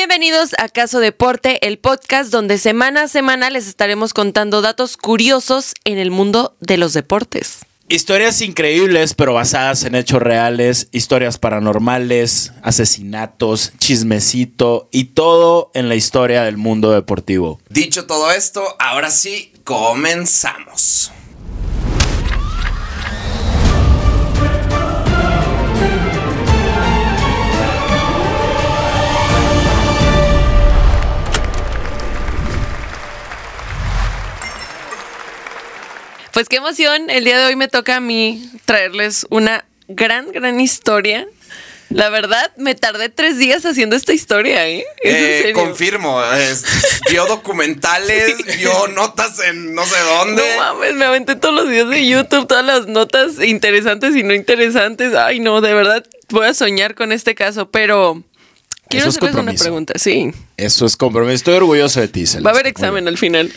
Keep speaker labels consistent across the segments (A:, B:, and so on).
A: Bienvenidos a Caso Deporte, el podcast donde semana a semana les estaremos contando datos curiosos en el mundo de los deportes.
B: Historias increíbles, pero basadas en hechos reales, historias paranormales, asesinatos, chismecito y todo en la historia del mundo deportivo.
C: Dicho todo esto, ahora sí, comenzamos.
A: Pues qué emoción, el día de hoy me toca a mí traerles una gran, gran historia. La verdad, me tardé tres días haciendo esta historia, ¿eh? Es en
C: Eh,
A: serio.
C: confirmo, es- vio documentales, vio notas en no sé dónde.
A: No mames, me aventé todos los videos de YouTube, todas las notas interesantes y no interesantes. Ay, no, de verdad voy a soñar con este caso, pero quiero
B: Eso es
A: hacerles una
B: compromiso.
A: pregunta. Sí,
B: Eso es compromiso. Estoy orgulloso de ti, Celeste.
A: va a haber
B: Muy
A: examen
B: bien.
A: al final.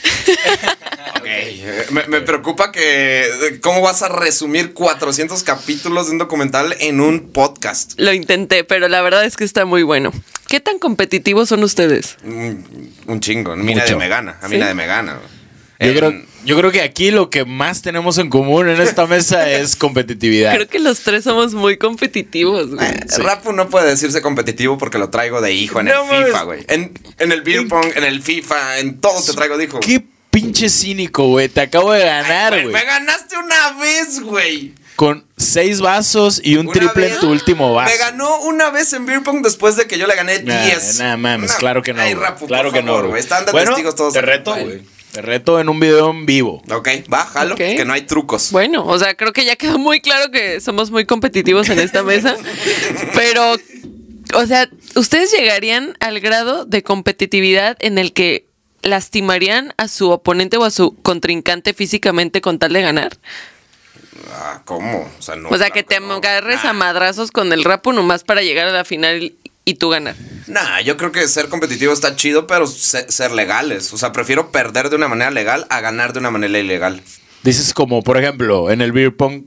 C: Ok, eh, Me, me preocupa que eh, cómo vas a resumir 400 capítulos de un documental en un podcast.
A: Lo intenté, pero la verdad es que está muy bueno. ¿Qué tan competitivos son ustedes?
C: Un, Mm, un chingo, a mí nadie
B: Mucho.
C: me gana, a mí
A: Sí.
C: nadie me gana.
B: Yo
C: En-
B: creo, yo creo que aquí lo que más tenemos en común en esta mesa es competitividad.
A: Creo que los tres somos muy competitivos. güey.
C: Rapu no puede decirse competitivo porque lo traigo de hijo en
B: No
C: el
B: mames.
C: FIFA, güey. En, en el beer pong, en el FIFA, en todo te traigo de hijo. güey.
B: Qué pinche cínico, güey. Te acabo de ganar,
C: Güey,
B: güey.
C: Me ganaste una vez, güey.
B: Con seis vasos y un
C: Una
B: triple
C: vez.
B: en tu último vaso.
C: Me ganó una vez en beer pong después de que yo le gané
B: Nah,
C: 10.
B: nah, mames, claro que no.
C: Ay,
B: güey.
C: Rapu,
B: claro
C: por
B: que
C: favor,
B: no.
C: güey.
B: güey.
C: Están de
B: Bueno,
C: testigos todos.
B: Te
C: acá,
B: reto, güey. Te reto en un video en vivo.
C: Ok, bájalo,
A: Ok.
C: que no hay trucos.
A: Bueno, o sea, creo que ya quedó muy claro que somos muy competitivos en esta mesa, pero, o sea, ¿ustedes llegarían al grado de competitividad en el que lastimarían a su oponente o a su contrincante físicamente con tal de ganar?
C: Ah, ¿cómo? O sea, no.
A: o sea,
C: claro
A: que te
C: no.
A: agarres
C: Nah.
A: a madrazos con el rapo nomás para llegar a la final y tú ganar.
C: Nah, yo creo que ser competitivo está chido, pero se- ser legales. O sea, prefiero perder de una manera legal a ganar de una manera ilegal.
B: Dices como, por ejemplo, en el beer pong,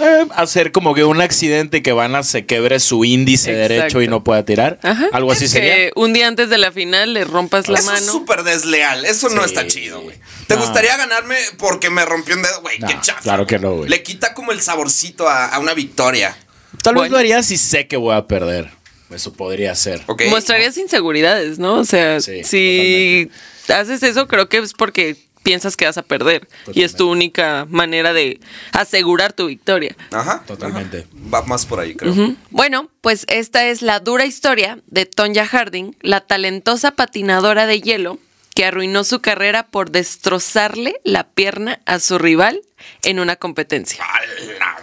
B: eh, hacer como que un accidente que van a se quebre su índice
A: Exacto.
B: derecho y no pueda tirar.
A: Ajá.
B: Algo así
A: que
B: sería. Ah,
A: un día antes de la final le rompas la
C: Eso es
A: mano.
C: súper desleal. Eso no
B: Sí.
C: está chido, güey. ¿Te
B: No.
C: gustaría ganarme porque me rompió un dedo? Güey,
B: No,
C: qué chafa.
B: claro que no, güey.
C: Le quita como el saborcito a, a una victoria.
B: Tal vez
A: Bueno.
B: lo haría si sé que voy a perder. Eso podría ser.
C: ¿Ok?
A: Mostrarías inseguridades, ¿no? O sea,
B: Sí,
A: si haces eso, creo que es porque piensas que vas a perder y es tu única manera de asegurar tu victoria.
C: Ajá.
B: Totalmente.
C: ajá. Va más por ahí, creo.
A: Bueno, pues esta es la dura historia de Tonya Harding, la talentosa patinadora de hielo que arruinó su carrera por destrozarle la pierna a su rival en una competencia.
C: A la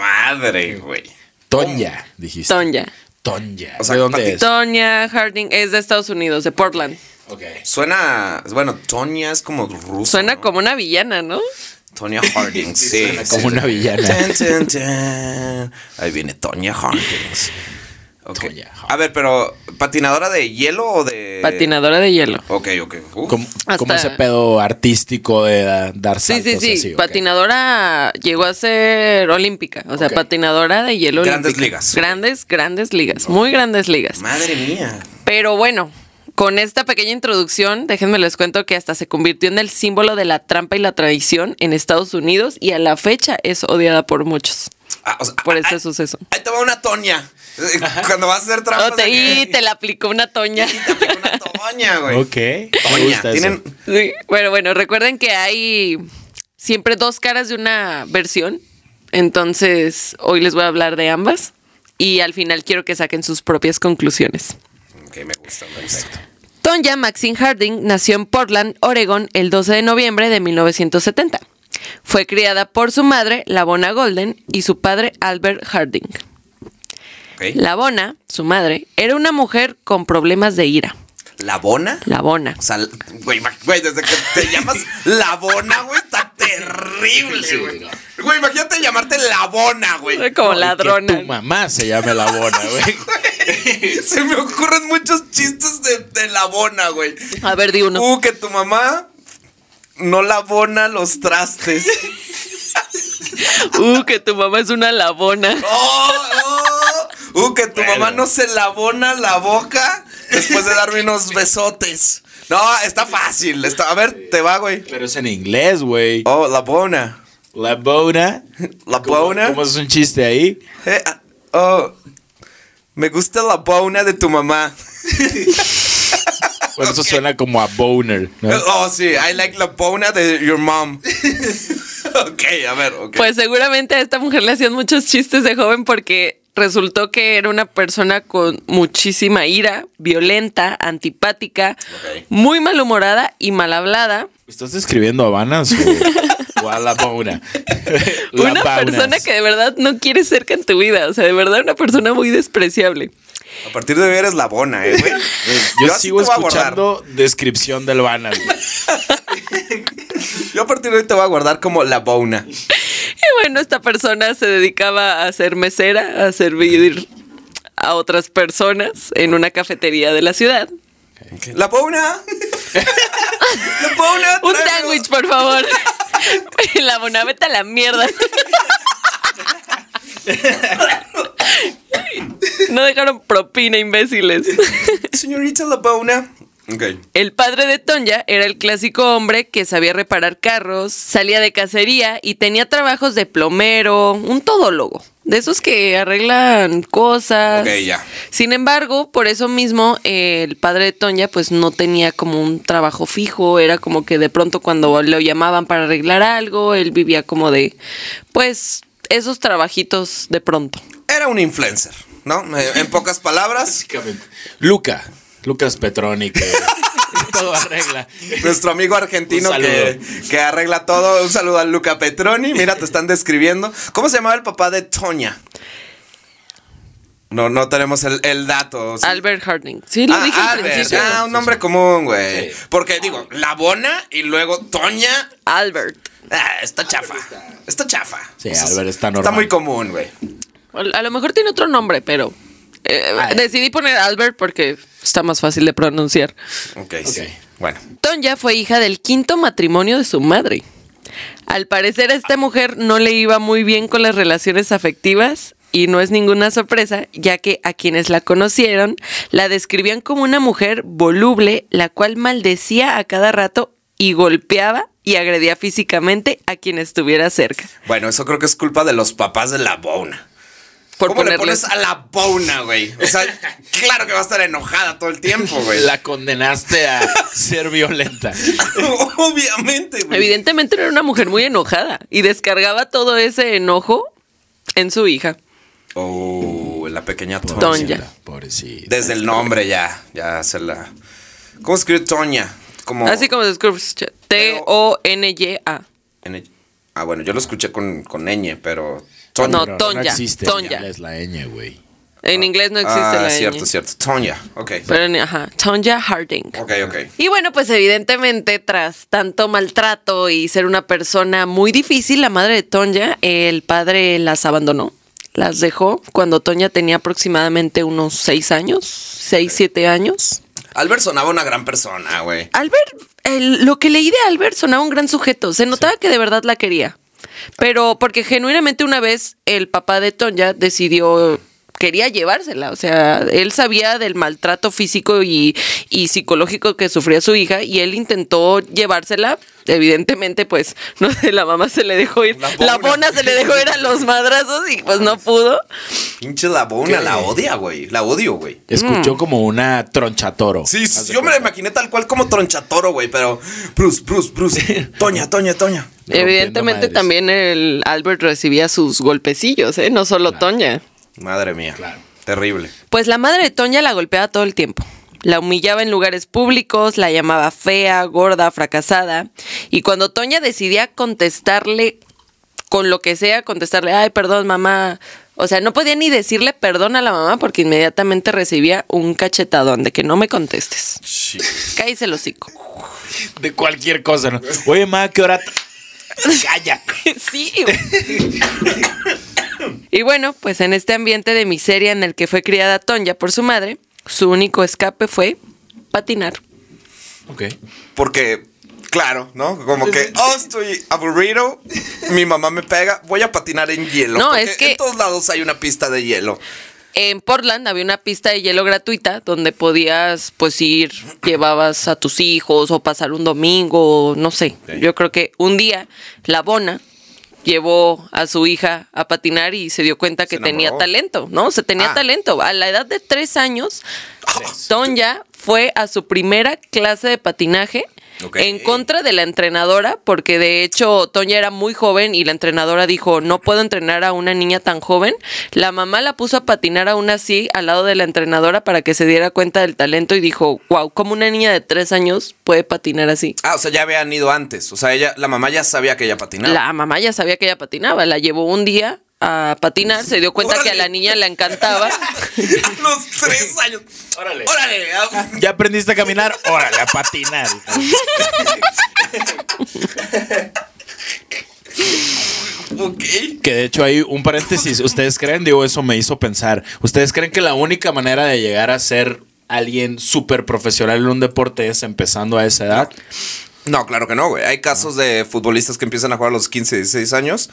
C: madre, güey.
B: Tonya, dijiste.
A: Tonya.
B: Tonya.
C: O sea,
B: ¿De dónde
C: pati-
B: es?
A: Tonya Harding es de Estados Unidos, de Portland.
B: Ok.
C: Suena, bueno, Tonya es como ruso.
A: Suena
C: ¿no?
A: como una villana, ¿no?
C: Tonya Harding, sí.
B: suena
C: sí,
B: como
C: sí.
B: una villana.
C: Tan, tan, tan. Ahí viene Tonya Hardings. Ok.
B: Tonya Harding.
C: A ver, pero ¿patinadora de hielo o de...?
A: Patinadora de hielo.
C: Ok, ok. Uf.
B: Como,
A: Hasta-
B: como ese pedo artístico de da- dar
A: Sí,
B: saltos
A: sí, sí.
B: y así, ok.
A: Patinadora llegó a ser olímpica. O sea,
B: Ok.
A: patinadora de hielo.
C: Grandes
A: olímpica.
C: ligas.
A: Grandes, grandes ligas. Muy grandes ligas.
C: Madre mía.
A: Pero bueno, con esta pequeña introducción, déjenme les cuento que hasta se convirtió en el símbolo de la trampa y la traición en Estados Unidos y a la fecha es odiada por muchos
C: Ah, o sea,
A: por
C: ah,
A: este
C: ah,
A: suceso.
C: Ahí te va una Tonya. Eh, Cuando vas a hacer trampas...
A: Oh, te-
C: de que-
A: y te la aplicó una toña.
C: Y te pega una Toña, güey.
B: Ok. Me
C: Toña.
B: gusta eso.
C: Tienen...
A: Sí, bueno, bueno, recuerden que hay siempre dos caras de una versión. Entonces, hoy les voy a hablar de ambas y al final quiero que saquen sus propias conclusiones.
C: Ok, me gusta, me gusta.
A: Tonya Maxine Harding nació en Portland, Oregón, el 12 de noviembre de 1970. Fue criada por su madre, Labona Golden, y su padre, Albert Harding.
C: Ok.
A: Labona, su madre, era una mujer con problemas de ira.
C: ¿La Bona?
A: Labona.
C: O sea, güey, ma- güey, desde que te llamas Labona, güey, está terrible, güey. Güey, imagínate llamarte Labona, güey.
A: Como
B: No, y Que
A: ladrona.
B: tu mamá se llame la bona, güey.
C: Se me ocurren muchos chistes de, de Labona, güey.
A: A ver, di uno.
C: Uh, que tu mamá no labona los trastes.
A: Uh, que tu mamá es una labona.
C: Oh, oh. Uh, que tu mamá no se labona la boca después de darme unos besotes. No, está fácil. Está... A ver, te va, güey.
B: Pero es en inglés, güey.
C: Oh, la bona.
B: La bona.
C: La
B: ¿Cómo-
C: bona.
B: ¿Cómo es un chiste ahí?
C: Eh, ah, oh, me gusta la bona de tu mamá.
B: Bueno, eso suena como a boner, ¿no?
C: Oh, sí, I like la bona de your mom. ok, a ver, ok.
A: Pues seguramente a esta mujer le hacían muchos chistes de joven porque resultó que era una persona con muchísima ira, violenta, antipática,
C: Ok.
A: muy malhumorada y mal hablada.
B: ¿Estás describiendo Habanas o, o a la bona? La
A: una
B: Bonas.
A: persona que de verdad no quieres cerca en tu vida, o sea, de verdad una persona muy despreciable.
C: A partir de hoy eres la bona, eh, güey.
B: Yo,
C: así
B: sigo
C: te voy a guardar.
B: escuchando descripción del Habanas. güey.
C: Yo a partir de hoy te voy a guardar como la bona.
A: Y bueno, esta persona se dedicaba a ser mesera, a servir a otras personas en una cafetería de la ciudad.
C: La bona. la bona.
A: Un
C: tráemelo.
A: sándwich, por favor. La bona, vete a la mierda. No dejaron propina, imbéciles.
C: Señorita la bona. Ok.
A: El padre de Tonya era el clásico hombre que sabía reparar carros, salía de cacería y tenía trabajos de plomero, un todólogo, de esos que arreglan cosas.
C: Ok, ya.
A: Sin embargo, por eso mismo eh, el padre de Tonya pues no tenía como un trabajo fijo, era como que de pronto cuando lo llamaban para arreglar algo, él vivía como de pues esos trabajitos de pronto.
C: Era un influencer, ¿no? Eh, En pocas palabras,
B: Luca. Lucas Petroni. que todo arregla.
C: nuestro amigo argentino
B: Un saludo.
C: que, que arregla todo. Un saludo a Luca Petroni. Mira, te están describiendo. ¿Cómo se llamaba el papá de Toña? No, no tenemos el, el dato. ¿sí?
A: Albert Harding. Sí, lo
C: Ah,
A: dije al
C: Albert.
A: principio.
C: Ah, un nombre común, güey.
B: Sí.
C: Porque digo, la bona y luego Toña.
A: Albert.
C: Ah, está chafa. Está chafa.
B: Sí,
C: O sea,
B: Albert está
C: Está
B: normal.
C: muy común, güey.
A: A lo mejor tiene otro nombre, pero eh,
B: Ay.
A: decidí poner Albert porque está más fácil de pronunciar.
C: ok, sí. Bueno.
A: Tonya fue hija del quinto matrimonio de su madre. Al parecer a esta mujer no le iba muy bien con las relaciones afectivas y no es ninguna sorpresa, ya que a quienes la conocieron la describían como una mujer voluble, la cual maldecía a cada rato y golpeaba y agredía físicamente a quien estuviera cerca.
C: Bueno, eso creo que es culpa de los papás de la Bona.
A: Por
C: ¿Cómo le
A: ponerle-
C: pones a la Bona, güey? O sea, claro que va a estar enojada todo el tiempo, güey.
B: La condenaste a ser violenta.
C: Obviamente, güey.
A: Evidentemente era una mujer muy enojada y descargaba todo ese enojo en su hija,
C: Oh, la pequeña Toña.
A: Toña.
B: Pobrecita.
C: Desde el nombre ya, ya se la... ¿Cómo se escribe Toña? Como...
A: así como se escucha, T-O-N-Y-A.
C: N- Ah, bueno, yo lo escuché con, con ñ, pero...
A: Toña. No,
B: Pero
A: Toña,
B: existe.
A: Toña.
B: Es la ñ, güey.
A: En inglés no existe
C: ah,
A: la ñ.
C: cierto, cierto. Toña, ok.
A: Pero en- ajá, Tonya Harding.
C: Ok, ok.
A: Y bueno, pues evidentemente tras tanto maltrato y ser una persona muy difícil, la madre de Tonya, el padre las abandonó. Las dejó cuando Tonya tenía aproximadamente unos seis años, seis, siete años.
C: Albert sonaba una gran persona, güey.
A: Albert, el- lo que leí de Albert sonaba un gran sujeto. Se notaba que de verdad la quería. Pero porque genuinamente una vez el papá de Tonya decidió, quería llevársela. O sea, él sabía del maltrato físico y, y psicológico que sufría su hija y él intentó llevársela. Evidentemente, pues, no sé, la mamá se le dejó ir.
C: La
A: La
C: bona.
A: bona se le dejó ir a los madrazos y pues no pudo.
C: Pinche la Bona,
B: ¿Qué?
C: la odia, güey. La odio, güey.
B: Escuchó
A: Mm.
B: como una tronchatoro.
C: Sí, sí, yo me la imaginé tal cual como tronchatoro, güey, pero Bruce, Bruce, Bruce. Toña, Toña, Toña.
B: Rompiendo
A: Evidentemente
B: madres.
A: también el Albert recibía sus golpecillos, ¿eh? No solo Tonya.
C: Madre mía.
B: Claro.
C: Terrible.
A: Pues la madre de Toña la golpeaba todo el tiempo. La humillaba en lugares públicos, la llamaba fea, gorda, fracasada. Y cuando Toña decidía contestarle con lo que sea, contestarle, ay, perdón, mamá. O sea, no podía ni decirle perdón a la mamá porque inmediatamente recibía un cachetadón de que no me contestes. Cállese el hocico.
B: De cualquier cosa, ¿no? Oye, ma, ¿qué hora? Cállate.
A: Sí. y bueno, pues en este ambiente de miseria en el que fue criada Toña por su madre, su único escape fue patinar.
B: Ok.
C: Porque, claro, ¿no? Como que, oh, estoy aburrido, mi mamá me pega, voy a patinar en hielo.
A: No,
C: Porque
A: es que-
C: En todos lados hay una pista de hielo.
A: En Portland había una pista de hielo gratuita donde podías pues ir, llevabas a tus hijos o pasar un domingo, no sé.
C: Ok.
A: Yo creo que un día la Bona llevó a su hija a patinar y se dio cuenta que tenía
C: enamoró.
A: talento, ¿no? Se tenía
C: Ah.
A: talento. A la edad de tres años, Tonya fue a su primera clase de patinaje
C: Ok.
A: en contra de la entrenadora, porque de hecho Tonya era muy joven y la entrenadora dijo, no puedo entrenar a una niña tan joven. La mamá la puso a patinar aún así al lado de la entrenadora para que se diera cuenta del talento y dijo, wow, ¿cómo una niña de tres años puede patinar así?
C: Ah, o sea, ya habían ido antes. O sea, ella, la mamá ya sabía que ella patinaba.
A: La mamá ya sabía que ella patinaba, la llevó un día a patinar, se dio cuenta que a la
C: Órale.
A: niña le encantaba.
C: A los tres años.
B: Órale.
C: Órale. ah,
B: Ya aprendiste a caminar, órale, a patinar.
C: Ok.
B: Que de hecho hay un paréntesis. ¿Ustedes creen? Digo, eso me hizo pensar. ¿Ustedes creen que la única manera de llegar a ser alguien súper profesional en un deporte es empezando a esa edad?
C: No, claro que no, güey. Hay casos de futbolistas que empiezan a jugar a los 15, 16 años.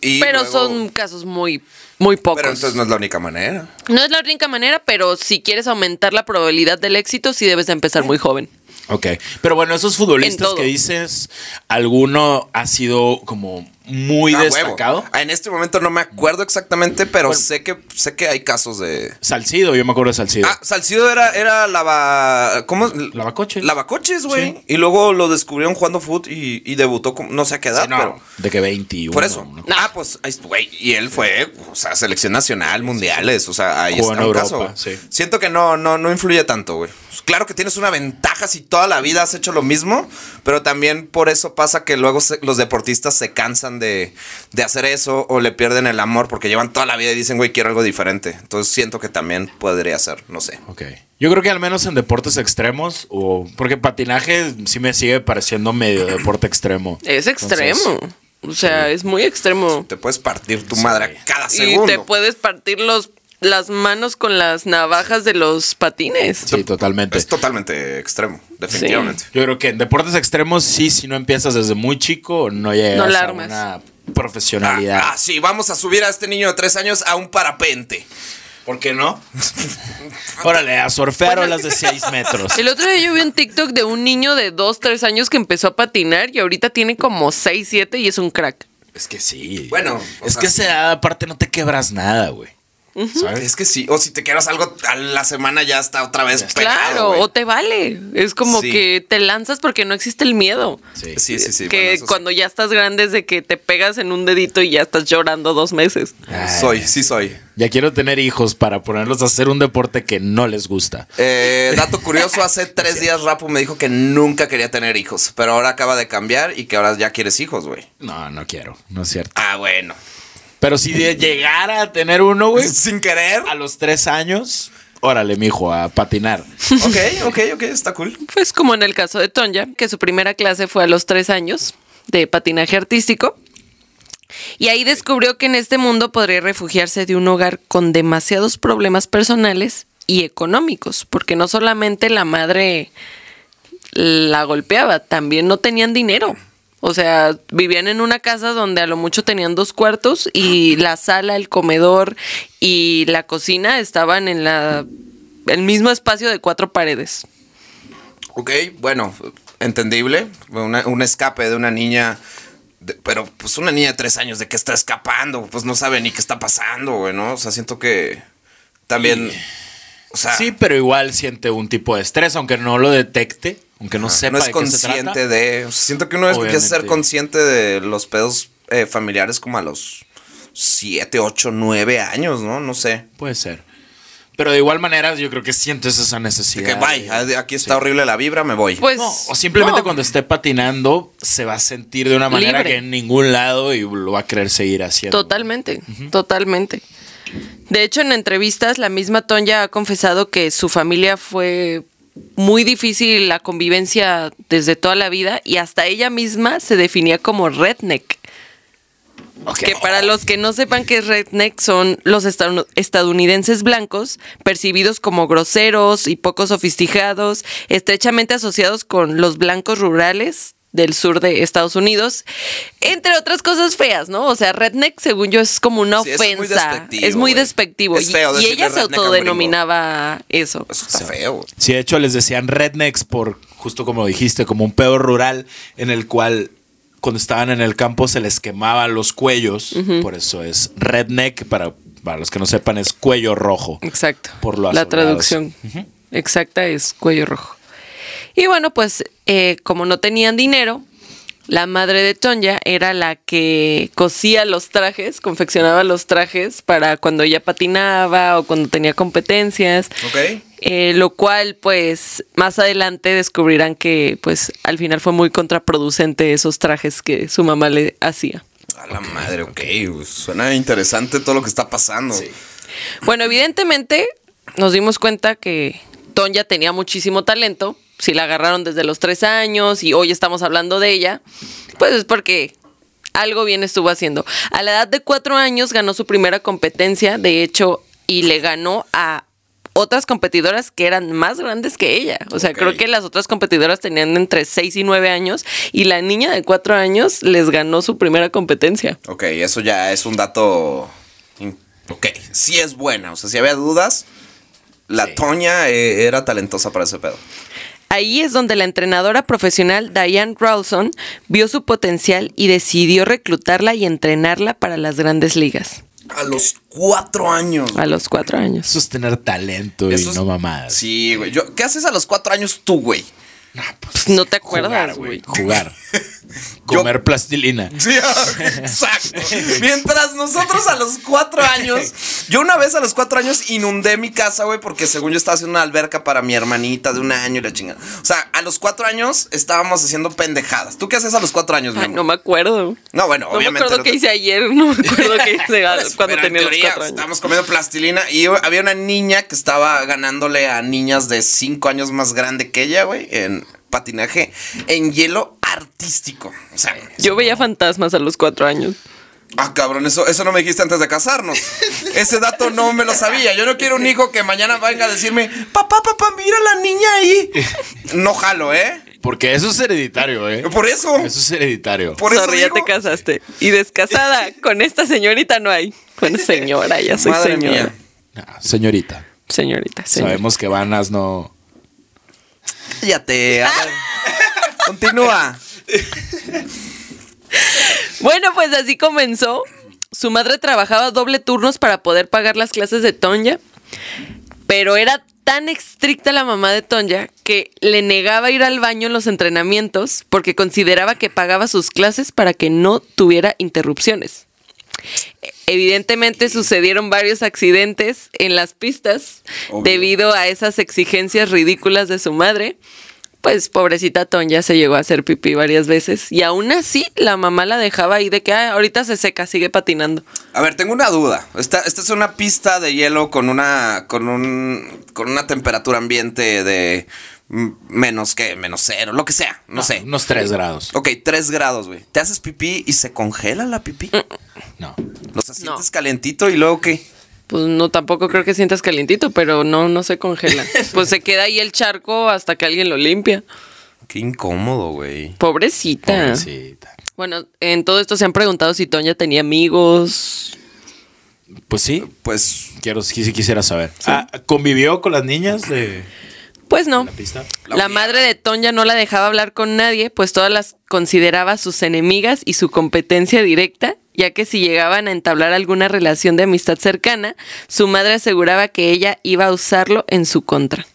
C: Y
A: Pero
C: luego-
A: son casos muy, muy pocos.
C: Pero entonces no es la única manera.
A: No es la única manera, pero si quieres aumentar la probabilidad del éxito, sí debes de empezar muy joven.
B: Ok. Pero bueno, esos
A: En
B: futbolistas
A: todo.
B: que dices, ¿alguno ha sido como muy
C: Ah, huevo.
B: destacado?
C: Ah, En este momento no me acuerdo exactamente, pero
B: Bueno.
C: sé que sé que hay casos de.
B: Salcido, yo me acuerdo de Salcido.
C: Ah, Salcido era, era lava. ¿Cómo? es?
B: Lavacoches.
C: Lavacoches, güey.
B: Sí.
C: Y luego lo descubrieron jugando foot y, y debutó con, no sé a qué edad,
B: Sí, no,
C: pero.
B: De que 21.
C: Por eso.
B: ¿no?
C: Ah, pues, ahí- güey. Y él fue, o sea, selección nacional, mundiales. O sea, ahí
B: Jugó
C: está
B: en
C: un
B: Europa,
C: caso. güey.
B: sí.
C: Siento que no, no, no influye tanto, güey. Claro que tienes una ventaja si toda la vida has hecho lo mismo, pero también por eso pasa que luego se- los deportistas se cansan de, de hacer eso o le pierden el amor porque llevan toda la vida y dicen, güey, quiero algo diferente. Entonces siento que también podría ser, no sé.
B: Ok. Yo creo que al menos en deportes extremos, o porque patinaje sí me sigue pareciendo medio deporte extremo.
A: Es
B: Entonces,
A: extremo. O sea, es muy extremo.
C: Te puedes partir tu madre a cada
A: Y
C: Ah, segundo.
A: te puedes partir los, las manos con las navajas de los patines.
B: sí, totalmente.
C: Es totalmente extremo, definitivamente.
B: Yo creo que en deportes extremos sí, si no empiezas desde muy chico, no llegas
A: No la
B: a
A: armas.
B: una
C: Ah,
B: profesionalidad.
C: ah, sí, vamos a subir a este niño de tres años a un parapente.
B: ¿Por qué no?
C: ah,
B: Órale, a surfear olas de 6 metros.
A: El otro día yo vi un TikTok de un niño de 2, 3 años que empezó a patinar y ahorita tiene como 6, 7 y es un crack.
B: Es que sí.
C: Bueno, o
B: es
C: sea,
B: que
C: sí.
B: se da, aparte no te quebras nada, güey. ¿Sabes?
C: Es que sí, o si te quedas algo a la semana ya está otra vez
A: claro,
C: pegado, güey.
A: o te vale. Es como
C: Sí.
A: que te lanzas porque no existe el miedo.
B: Sí.
C: Sí, sí, sí. bueno,
A: que
C: eso sí.
A: cuando ya estás grande es de que te pegas en un dedito y ya estás llorando dos meses.
B: Ay,
C: Soy, sí soy.
B: Ya quiero tener hijos para ponerlos a hacer un deporte que no les gusta.
C: Eh, dato curioso, hace tres días Rapu me dijo que nunca quería tener hijos, pero ahora acaba de cambiar y que ahora ya quieres hijos, güey.
B: No, no quiero, no es cierto.
C: Ah, bueno.
B: Pero si de llegara a tener uno, güey,
C: Sin querer.
B: a los tres años, órale, mijo, a patinar.
C: Ok, ok, ok, está cool.
A: Pues como en el caso de Tonya, que su primera clase fue a los tres años de patinaje artístico. Y ahí descubrió que en este mundo podría refugiarse de un hogar con demasiados problemas personales y económicos, porque no solamente la madre la golpeaba, también no tenían dinero. O sea, vivían en una casa donde a lo mucho tenían dos cuartos y la sala, el comedor y la cocina estaban en la, el mismo espacio de cuatro paredes.
C: Ok, bueno, entendible. Una- un escape de una niña. de- pero, pues, una niña de tres años, ¿de qué está escapando? Pues no sabe ni qué está pasando, güey, ¿no? O sea, siento que también. O sea,
B: Sí, pero igual siente un tipo de estrés, aunque no lo detecte, aunque no sepa
C: no es
B: de qué se
C: consciente
B: trata.
C: de. o sea, siento que uno es- empieza a ser
B: Obviamente.
C: consciente de los pedos eh, familiares como a los siete, ocho, nueve años, ¿no? No sé.
B: Puede ser. Pero de igual manera, yo creo que sientes esa
C: De
B: necesidad.
C: que,
B: de-
C: vaya, aquí está horrible la vibra, me voy.
A: Pues
B: No, o simplemente
A: no.
B: cuando esté patinando, se va a sentir de una manera
A: Libre.
B: que en ningún lado y lo va a querer seguir haciendo.
A: Totalmente, totalmente. De hecho, en entrevistas, la misma Tonya ha confesado que su familia fue muy difícil la convivencia desde toda la vida y hasta ella misma se definía como redneck.
B: Ok.
A: Que para los que no sepan qué es redneck son los estadun- estadounidenses blancos, percibidos como groseros y poco sofisticados, estrechamente asociados con los blancos rurales del sur de Estados Unidos, entre otras cosas feas, ¿no? O sea, redneck, según yo, es como una
C: Sí, eso es muy
A: ofensa.
C: despectivo,
A: Es muy
C: güey.
A: despectivo.
C: Es feo
A: y, y
C: decirle
A: ella se
C: redneck a un
A: autodenominaba eso.
C: Eso está feo. güey.
B: Sí, de hecho les decían rednecks por, justo como dijiste, como un pedo rural en el cual cuando estaban en el campo se les quemaban los cuellos. Por eso es redneck, para, para los que no sepan, es cuello rojo.
A: Exacto.
B: Por lo
A: La
B: azulados.
A: traducción exacta es cuello rojo. Y bueno, pues eh, como no tenían dinero, la madre de Tonya era la que cosía los trajes, confeccionaba los trajes para cuando ella patinaba o cuando tenía competencias.
C: Ok.
A: Eh, lo cual, pues, más adelante descubrirán que, pues, al final fue muy contraproducente esos trajes que su mamá le hacía.
C: A la madre, ok. pues, Suena interesante todo lo que está pasando.
A: Bueno, evidentemente nos dimos cuenta que Tonya tenía muchísimo talento. Si la agarraron desde los tres años y hoy estamos hablando de ella, pues es porque algo bien estuvo haciendo. A la edad de cuatro años ganó su primera competencia, de hecho, y le ganó a otras competidoras que eran más grandes que ella. O sea,
C: Ok.
A: creo que las otras competidoras tenían entre seis y nueve años y la niña de cuatro años les ganó su primera competencia.
C: Ok, eso ya es un dato. in- Ok, sí es buena. O sea, si había dudas, la Toña eh, era talentosa para ese pedo.
A: Ahí es donde la entrenadora profesional Diane Rawlson vio su potencial y decidió reclutarla y entrenarla para las grandes ligas
C: A los cuatro años.
A: a los cuatro años.
B: Eso es tener talento
C: Eso
B: y
C: es-
B: no mamadas.
C: Sí, güey. Yo- ¿Qué haces a los cuatro años tú, güey?
B: Ah, pues,
A: Pues no te
B: jugar,
A: acuerdas,
B: güey.
A: güey.
B: Jugar. Comer plastilina.
C: Sí, ah, exacto. Mientras nosotros a los cuatro años, yo una vez a los cuatro años inundé mi casa, güey, porque según yo estaba haciendo una alberca para mi hermanita de un año y la chingada. O sea, a los cuatro años estábamos haciendo pendejadas. ¿Tú qué haces a los cuatro años, mi
A: Ay,
C: amor?
A: no me acuerdo.
C: No, bueno,
A: No me
C: obviamente.
A: acuerdo
C: no
A: qué
C: te-
A: hice ayer, no me acuerdo qué hice a-
C: Pues,
A: cuando
C: pero en
A: tenía los
C: teoría,
A: cuatro años.
C: Estábamos comiendo plastilina y había una niña que estaba ganándole a niñas de cinco años más grande que ella, güey, en patinaje en hielo artístico. O sea,
A: Yo veía fantasmas a los cuatro años.
C: Ah, cabrón, eso, eso no me dijiste antes de casarnos. Ese dato no me lo sabía. Yo no quiero un hijo que mañana venga a decirme, papá, papá, mira la niña ahí. No jalo, ¿eh?
B: Porque eso es hereditario, ¿eh?
C: Por eso.
B: Eso es hereditario.
C: Por eso
A: Sorry, ya
C: digo-
A: te casaste. Y descasada, con esta señorita no hay. Bueno, señora, ya soy
C: Madre
A: señora.
C: mía.
B: Ah, señorita,
A: Señorita, señorita.
B: sabemos que Vanas no.
C: Cállate. a ver. Continúa.
A: Bueno, pues así comenzó. Su madre trabajaba doble turnos para poder pagar las clases de Tonya, pero era tan estricta la mamá de Tonya que le negaba ir al baño en los entrenamientos porque consideraba que pagaba sus clases para que no tuviera interrupciones. Evidentemente sucedieron varios accidentes en las pistas
C: Obvio.
A: debido a esas exigencias ridículas de su madre. Pues pobrecita Tonya se llegó a hacer pipí varias veces y aún así la mamá la dejaba ahí de que "Ah, ahorita se seca, sigue patinando.
C: A ver, tengo una duda. Esta, esta es una pista de hielo con una, con un, con una temperatura ambiente de mm, menos que, menos cero, lo que sea, no, sé.
B: Unos tres grados.
C: Ok, tres grados, güey. Te haces pipí y se congela la pipí.
B: No.
C: O sea, sientes calentito y luego qué.
A: Pues no, tampoco creo que sientas calientito, pero no, no se congela. Pues se queda ahí el charco hasta que alguien lo limpia.
C: Qué incómodo, güey.
A: Pobrecita.
B: Pobrecita.
A: Bueno, en todo esto se han preguntado si Tonya tenía amigos.
B: Pues sí,
C: Pues
B: quiero, sí, sí quisiera saber. Ah, ¿Convivió con las niñas de
A: Pues no.
B: la pista?
C: La
A: La
C: unía.
A: madre de Tonya no la dejaba hablar con nadie, pues todas las consideraba sus enemigas y su competencia directa, ya que si llegaban a entablar alguna relación de amistad cercana, su madre aseguraba que ella iba a usarlo en su contra.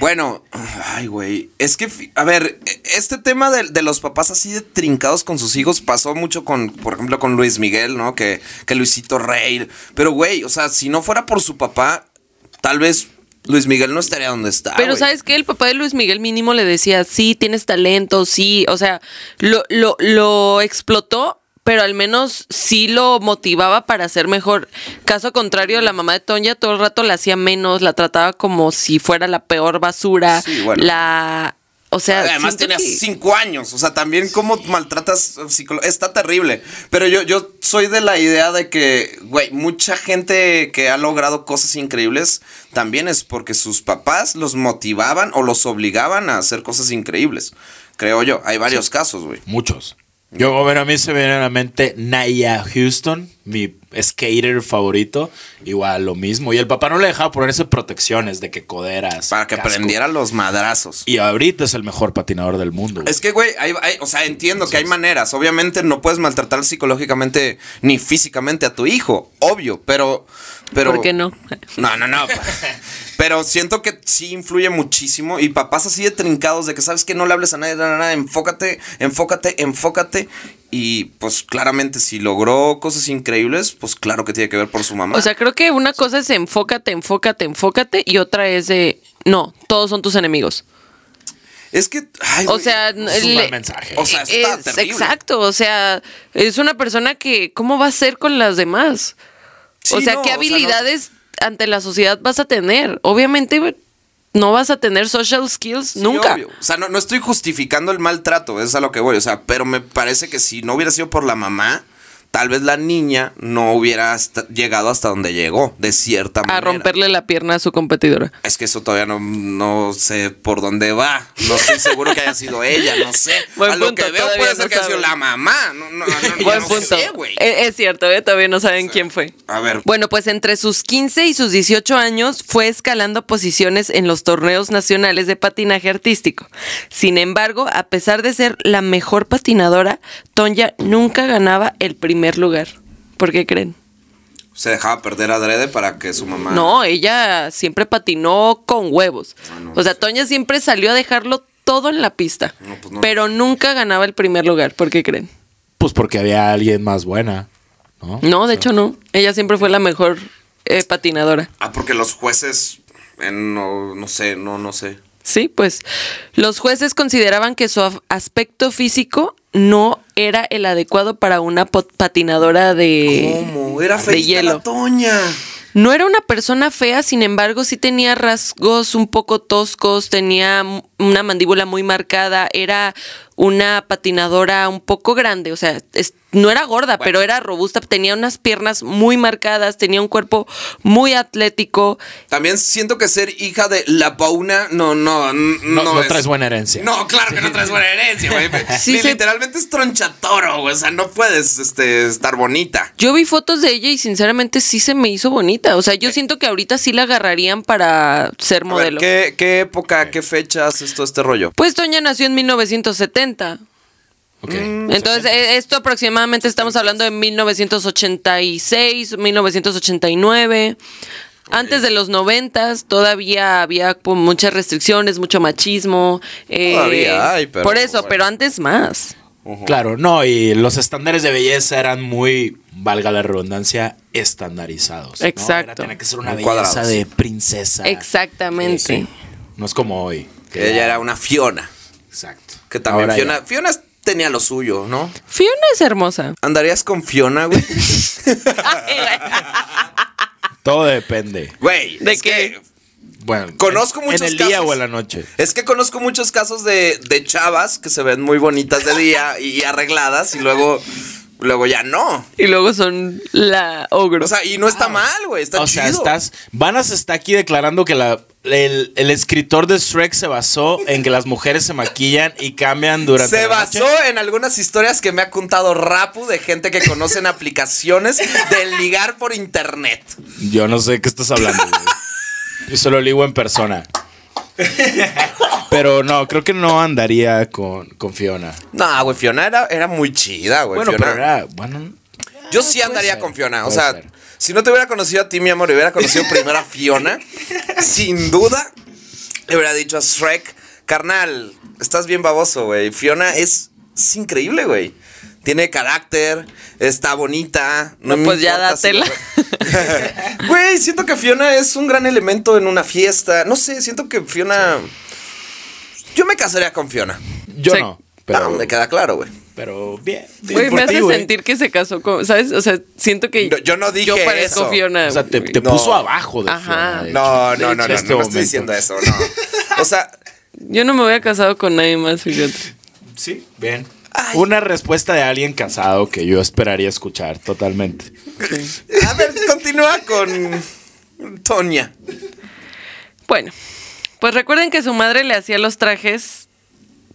C: bueno, ay, güey. Es que, fi- a ver, e- este tema de, de los papás así de trincados con sus hijos pasó mucho con, por ejemplo, con Luis Miguel, ¿no? Que, que Luisito Rey. Pero, güey, o sea, si no fuera por su papá, tal vez Luis Miguel no estaría donde está.
A: Pero
C: Ah, güey.
A: ¿sabes qué? El papá de Luis Miguel mínimo le decía, sí, tienes talento, sí, o sea, lo, lo, lo explotó, pero al menos sí lo motivaba para ser mejor. Caso contrario, la mamá de Tonya todo el rato la hacía menos, la trataba como si fuera la peor basura,
C: Sí, bueno.
A: la O sea,
C: Además
A: siento
C: tenía
A: que-
C: cinco años, o sea, también cómo maltratas psicolo- está terrible. Pero yo, yo soy de la idea de que, güey, mucha gente que ha logrado cosas increíbles también es porque sus papás los motivaban o los obligaban a hacer cosas increíbles. Creo yo, hay varios casos, güey.
B: Muchos. Yo, bueno, a mí se me viene a la mente Naya Houston, mi skater favorito. Igual, lo mismo. Y el papá no le dejaba ponerse protecciones de que coderas.
C: Para que
B: casco.
C: aprendiera los madrazos.
B: Y ahorita es el mejor patinador del mundo.
C: Es que, güey, hay- hay- o sea, entiendo que hay maneras. Obviamente no puedes maltratar psicológicamente ni físicamente a tu hijo, obvio, pero... pero
A: ¿Por qué no?
C: No, no, no. Pero siento que sí influye muchísimo y papás así de trincados de que sabes que no le hables a nadie, nada, nada, enfócate, enfócate, enfócate. Y pues claramente si logró cosas increíbles, pues claro que tiene que ver por su mamá.
A: O sea, creo que una cosa es enfócate, enfócate, enfócate y otra es de no, todos son tus enemigos.
C: es que... ay,
A: O
C: güey,
A: sea,
B: es un
A: le-
B: mal mensaje.
C: O sea, está
A: Eh, es-
C: terrible.
A: exacto, o sea, es una persona que ¿cómo va a ser con las demás?
C: sí,
A: o sea,
C: no,
A: ¿qué
C: no.
A: habilidades ante la sociedad vas a tener? Obviamente no vas a tener social skills
C: Sí,
A: nunca.
C: obvio. O sea, no, no estoy justificando el maltrato, es a lo que voy. O sea, pero me parece que si no hubiera sido por la mamá, tal vez la niña no hubiera hasta- llegado hasta donde llegó, de cierta manera.
A: A romperle la pierna a su competidora.
C: Es que eso todavía no, no sé por dónde va. No estoy seguro que haya sido ella, no sé.
A: Buen
C: a lo
A: punto,
C: que veo
A: todavía
C: puede ser
A: no
C: que haya sido
A: sabe.
C: la mamá. No, no, no, no,
A: Buen
C: no
A: punto.
C: sé, güey.
A: es, es cierto, ¿eh? todavía no saben quién fue.
C: A ver.
A: Bueno, pues entre sus 15 y sus 18 años fue escalando posiciones en los torneos nacionales de patinaje artístico. Sin embargo, a pesar de ser la mejor patinadora, Tonya nunca ganaba el primer lugar. ¿Por qué creen?
C: Se dejaba perder adrede para que su mamá.
A: No, ella siempre patinó con huevos.
C: Bueno,
A: o sea, Toña siempre salió a dejarlo todo en la pista,
C: No, pues no.
A: pero nunca ganaba el primer lugar. ¿Por qué creen?
B: Pues porque había alguien más buena, ¿no?
A: No, de hecho no. Ella siempre fue la mejor eh, patinadora.
C: Ah, porque los jueces. eh, no, no sé, no, no sé.
A: Sí, pues los jueces consideraban que su af- aspecto físico no era el adecuado para una pot- patinadora de
C: ¿Cómo? Era
A: Eh, de
C: feliz
A: hielo.
C: la Toña.
A: No era una persona fea, sin embargo, sí tenía rasgos un poco toscos, tenía m- una mandíbula muy marcada, era una patinadora un poco grande, o sea, es- no era gorda, pero era robusta, tenía unas piernas muy marcadas, tenía un cuerpo muy atlético.
C: También siento que ser hija de la Pauna, no, no, n-
B: No,
C: no.
B: no
C: es-
B: traes buena herencia.
C: No, claro que no traes buena herencia, güey.
A: Sí,
C: Li-
A: se-
C: Literalmente es tronchatoro, güey. O sea, no puedes este, estar bonita.
A: Yo vi fotos de ella y sinceramente sí se me hizo bonita, o sea, yo siento que ahorita sí la agarrarían para ser
C: Eh. A ver,
A: modelo.
C: ¿qué, qué época, qué fecha haces todo este rollo?
A: Pues Toña nació en 1970.
B: Ok.
C: Mm,
A: Entonces, e- esto aproximadamente estamos hablando de 1986, 1989. Antes de los noventas todavía había como muchas restricciones, mucho machismo. eh,
C: Todavía hay, pero
A: Por eso,
C: bueno.
A: pero antes más.
B: Claro, no, y los estándares de belleza eran muy, valga la redundancia, estandarizados. ¿no?
A: Exacto.
B: Era- tenía que ser una
C: Muy
B: belleza
C: cuadrados.
B: de princesa.
A: Exactamente.
B: Sí, sí. No es como hoy.
C: Que ella era una Fiona.
B: Exacto.
C: Que también
B: Ahora
C: Fiona,
B: ya.
C: Fiona tenía lo suyo, ¿no?
A: Fiona es hermosa.
C: ¿Andarías con Fiona, güey?
B: Todo depende.
C: Güey,
A: ¿De
C: es que-
B: Bueno,
C: Conozco
B: en-
C: muchos
B: En el día
C: casos.
B: o en la noche.
C: Es que conozco muchos casos de, de chavas que se ven muy bonitas de día y arregladas y luego, luego ya no.
A: y luego son la ogro.
C: O sea, y no está mal, güey, está
B: o
C: chido.
B: sea, estás. Vanas está aquí declarando que la, el, el escritor de Shrek se basó en que las mujeres se maquillan y cambian durante.
C: Se
B: la noche.
C: basó en algunas historias que me ha contado Rapu de gente que conocen aplicaciones de ligar por internet.
B: Yo no sé de qué estás hablando, güey. Yo solo ligo en persona. Pero no, creo que no andaría con, con Fiona.
C: No, güey, Fiona era, era muy chida, güey.
B: Bueno,
C: Fiona.
B: pero era. Bueno,
C: Yo sí andaría
B: Ah, ser,
C: con Fiona. O
B: puede
C: sea,
B: ser.
C: si no te hubiera conocido a ti, mi amor, y hubiera conocido primero a Fiona, sin duda le hubiera dicho a Shrek, carnal, estás bien baboso, güey. Fiona es, es increíble, güey. Tiene carácter, está bonita. No,
A: No,
C: me
A: pues ya
C: importa si-
A: dátela.
C: Güey, siento que Fiona es un gran elemento en una fiesta. No sé, siento que Fiona. Yo me casaría con Fiona.
B: yo
A: Sí.
B: no. Pero,
C: Ah, me queda claro, güey.
B: pero bien. bien
A: Güey,
B: por
A: me
B: ti,
A: hace
B: güey.
A: sentir que se casó con, ¿sabes? O sea, siento que
C: No, yo no
A: yo
C: dije
A: parezco
C: eso.
A: Fiona.
B: O sea, te, te
C: No.
B: puso abajo de
A: Ajá.
B: Fiona. de hecho.
C: No, no,
B: De
C: no, no,
B: hecho,
C: no,
B: este
C: no estoy
B: momento.
C: diciendo eso, no. O sea,
A: Yo no me hubiera casado con nadie más, fíjate.
B: Sí, bien. Una respuesta de alguien casado que yo esperaría escuchar totalmente.
C: A ver, continúa con Toña.
A: Bueno, pues recuerden que su madre le hacía los trajes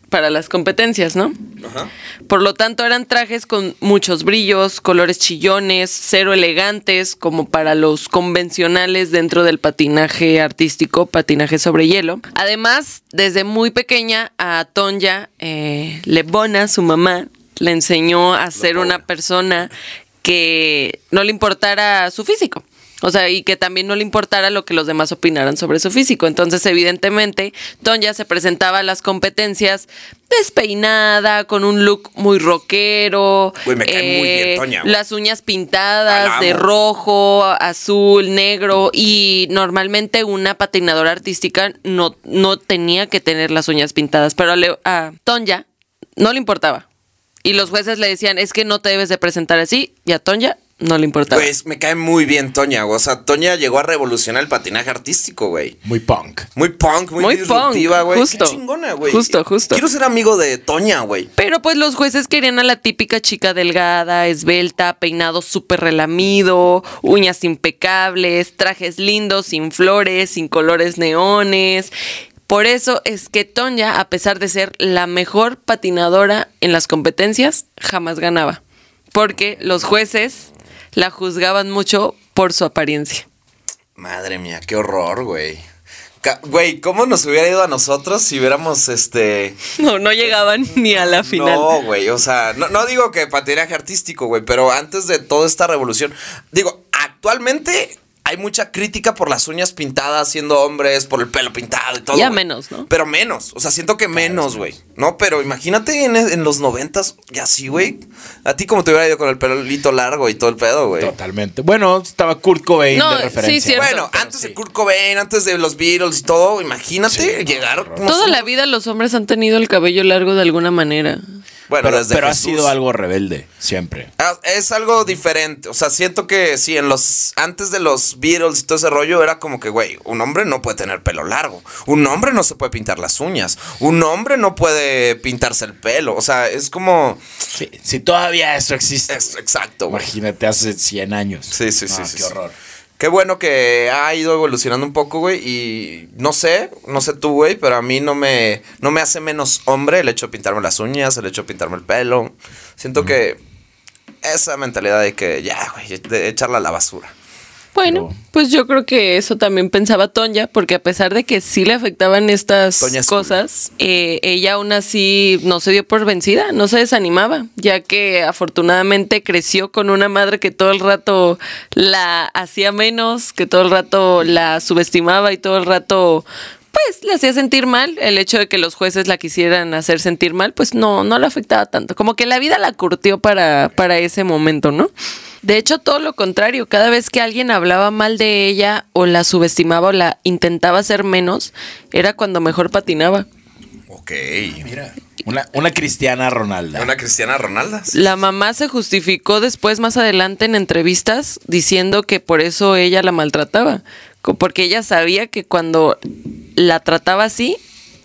A: para las competencias, ¿no?
C: Ajá.
A: Por lo tanto, eran trajes con muchos brillos, colores chillones, cero elegantes, como para los convencionales dentro del patinaje artístico, patinaje sobre hielo. Además, desde muy pequeña a Tonya, eh, Lebona, su mamá, le enseñó a ser una persona que no le importara su físico. O sea, y que también no le importara lo que los demás opinaran sobre su físico. Entonces, evidentemente, Tonya se presentaba a las competencias despeinada, con un look muy rockero. eh,
C: Güey, me cae muy bien Toña, güey.
A: Las uñas
C: Ah, la
A: pintadas de
C: amo.
A: rojo, azul, negro. Y normalmente una patinadora artística no, no tenía que tener las uñas pintadas. Pero a, Leo- a Tonya no le importaba. Y los jueces le decían, es que no te debes de presentar así. Y a Tonya no le importaba.
C: Pues me cae muy bien Toña, güey. O sea, Toña llegó a revolucionar el patinaje artístico, güey.
B: Muy punk.
C: Muy punk, muy,
A: Muy punk,
C: disruptiva, güey.
A: justo.
C: Qué chingona, güey.
A: Justo, justo.
C: Quiero ser amigo de Toña, güey.
A: Pero pues los jueces querían a la típica chica delgada, esbelta, peinado súper relamido, uñas impecables, trajes lindos, sin flores, sin colores neones. Por eso es que Tonya, a pesar de ser la mejor patinadora en las competencias, jamás ganaba. Porque los jueces la juzgaban mucho por su apariencia.
C: Madre mía, qué horror, güey. Ca- Güey, ¿cómo nos hubiera ido a nosotros si hubiéramos este.
A: No, no llegaban ni a la final.
C: No, güey, o sea, no, no digo que patinaje artístico, güey, pero antes de toda esta revolución, digo, actualmente hay mucha crítica por las uñas pintadas siendo hombres, por el pelo pintado y todo.
A: Ya
C: güey.
A: menos, ¿no?
C: Pero menos, o sea, siento que menos, güey. No, pero imagínate en, en los noventas y así, güey. A ti como te hubiera ido con el pelito largo y todo el pedo, güey.
B: Totalmente. Bueno, estaba Kurt Cobain
A: No,
B: de
A: sí,
B: referencia.
A: cierto.
C: Bueno,
A: pero
C: antes de Kurt Cobain, antes de los Beatles y todo, imagínate
B: Sí,
C: llegar.
B: horror.
C: no
A: Toda
C: sé,
A: la vida los hombres han tenido el cabello largo de alguna manera.
C: Bueno,
B: Pero,
C: desde
B: pero ha
C: Jesús.
B: sido algo rebelde, siempre.
C: Ah, Es algo diferente. O sea, siento que sí, en los. Antes de los Beatles y todo ese rollo, era como que, güey, un hombre no puede tener pelo largo. Un hombre no se puede pintar las uñas. Un hombre no puede pintarse el pelo. O sea, es como.
B: Sí, si todavía eso existe.
C: es- exacto, güey.
B: Imagínate hace 100 años.
C: Sí, sí, sí,
B: Ah,
C: sí,
B: Qué
C: sí.
B: horror.
C: Qué bueno que ha ido evolucionando un poco, güey. Y no sé, no sé tú, güey, pero a mí no me, no me hace menos hombre el hecho de pintarme las uñas, el hecho de pintarme el pelo. Siento que esa mentalidad de que ya, güey, de echarla a la basura.
A: Bueno,
B: Pero-
A: pues yo creo que eso también pensaba Tonya, porque a pesar de que sí le afectaban estas
C: Toña es cool.
A: cosas, eh, ella aún así no se dio por vencida, no se desanimaba, ya que afortunadamente creció con una madre que todo el rato la hacía menos, que todo el rato la subestimaba y todo el rato... Pues la hacía sentir mal, el hecho de que los jueces la quisieran hacer sentir mal, pues no, no la afectaba tanto. Como que la vida la curtió para, para ese momento, ¿no? De hecho, todo lo contrario, cada vez que alguien hablaba mal de ella o la subestimaba o la intentaba hacer menos, era cuando mejor patinaba.
C: Ok.
B: Ah, Mira, una, una cristiana Ronalda.
C: Una Cristiana Ronaldo.
A: La mamá se justificó después, más adelante, en entrevistas, diciendo que por eso ella la maltrataba. co- Porque ella sabía que cuando la trataba así,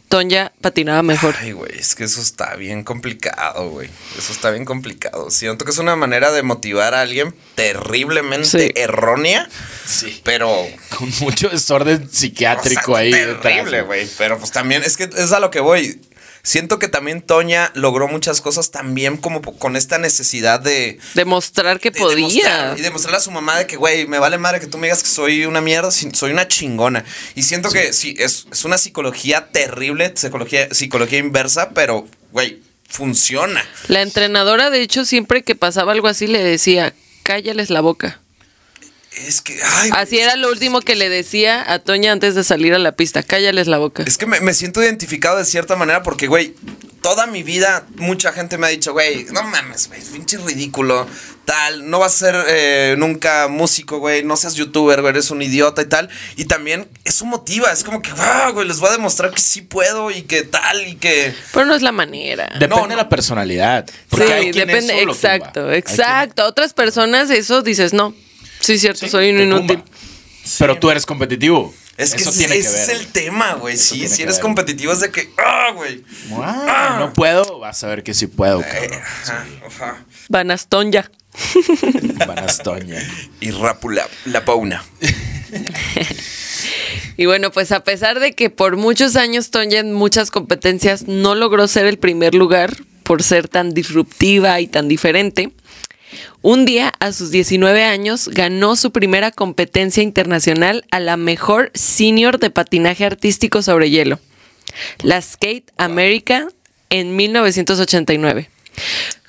A: Tonya patinaba mejor.
C: Ay, güey, es que eso está bien complicado, güey. Eso está bien complicado. Siento que es una manera de motivar a alguien terriblemente
A: Sí.
C: errónea,
B: Sí.
C: pero
B: Con mucho desorden psiquiátrico
C: O sea,
B: ahí.
C: Terrible,
B: detrás.
C: güey. Pero pues también es que es a lo que voy. Siento que también Toña logró muchas cosas también como po- con esta necesidad de...
A: Demostrar que
C: de
A: podía.
C: demostrar- y demostrarle a su mamá de que, güey, me vale madre que tú me digas que soy una mierda, si- soy una chingona. Y siento que sí, es, es una psicología terrible, psicología, psicología inversa, pero, güey, funciona.
A: La entrenadora, de hecho, siempre que pasaba algo así, le decía, cállales la boca.
C: Es que, ay, güey,
A: Así era lo último que le decía a Toña antes de salir a la pista. Cállales la boca.
C: Es que me, me siento identificado de cierta manera porque, güey, toda mi vida mucha gente me ha dicho, güey, no mames, güey, pinche ridículo, tal, no vas a ser eh, nunca músico, güey, no seas youtuber, güey, eres un idiota y tal. Y también eso motiva, es como que, wow, güey, les voy a demostrar que sí puedo y que tal y que...
A: Pero no es la manera.
B: Depende
C: No, no.
B: de la personalidad. porque hay
A: sí,
B: quien
A: depende.
B: eso lo tumba. Hay
A: Exacto,
B: quien-
A: exacto. A otras personas eso dices, no. Sí, cierto,
B: Sí,
A: soy un
B: te
A: inútil.
B: tumba. Pero tú eres competitivo.
C: Es que
B: Eso
C: ese,
B: tiene que
C: ese
B: ver,
C: es el
B: güey.
C: tema, güey.
B: Eso
C: Sí,
B: tiene
C: si
B: que
C: eres
B: ver.
C: competitivo es de que, ah, güey.
B: Ah, no puedo, vas a ver que sí puedo,
C: Eh.
B: cabrón.
C: Ajá, ajá.
A: Banastón ya.
B: Banastoña.
C: Y Rapula, la pauna.
A: Y bueno, pues a pesar de que por muchos años Tonya en muchas competencias no logró ser el primer lugar por ser tan disruptiva y tan diferente, un día a sus 19 años ganó su primera competencia internacional a la mejor senior de patinaje artístico sobre hielo, la Skate America en 1989.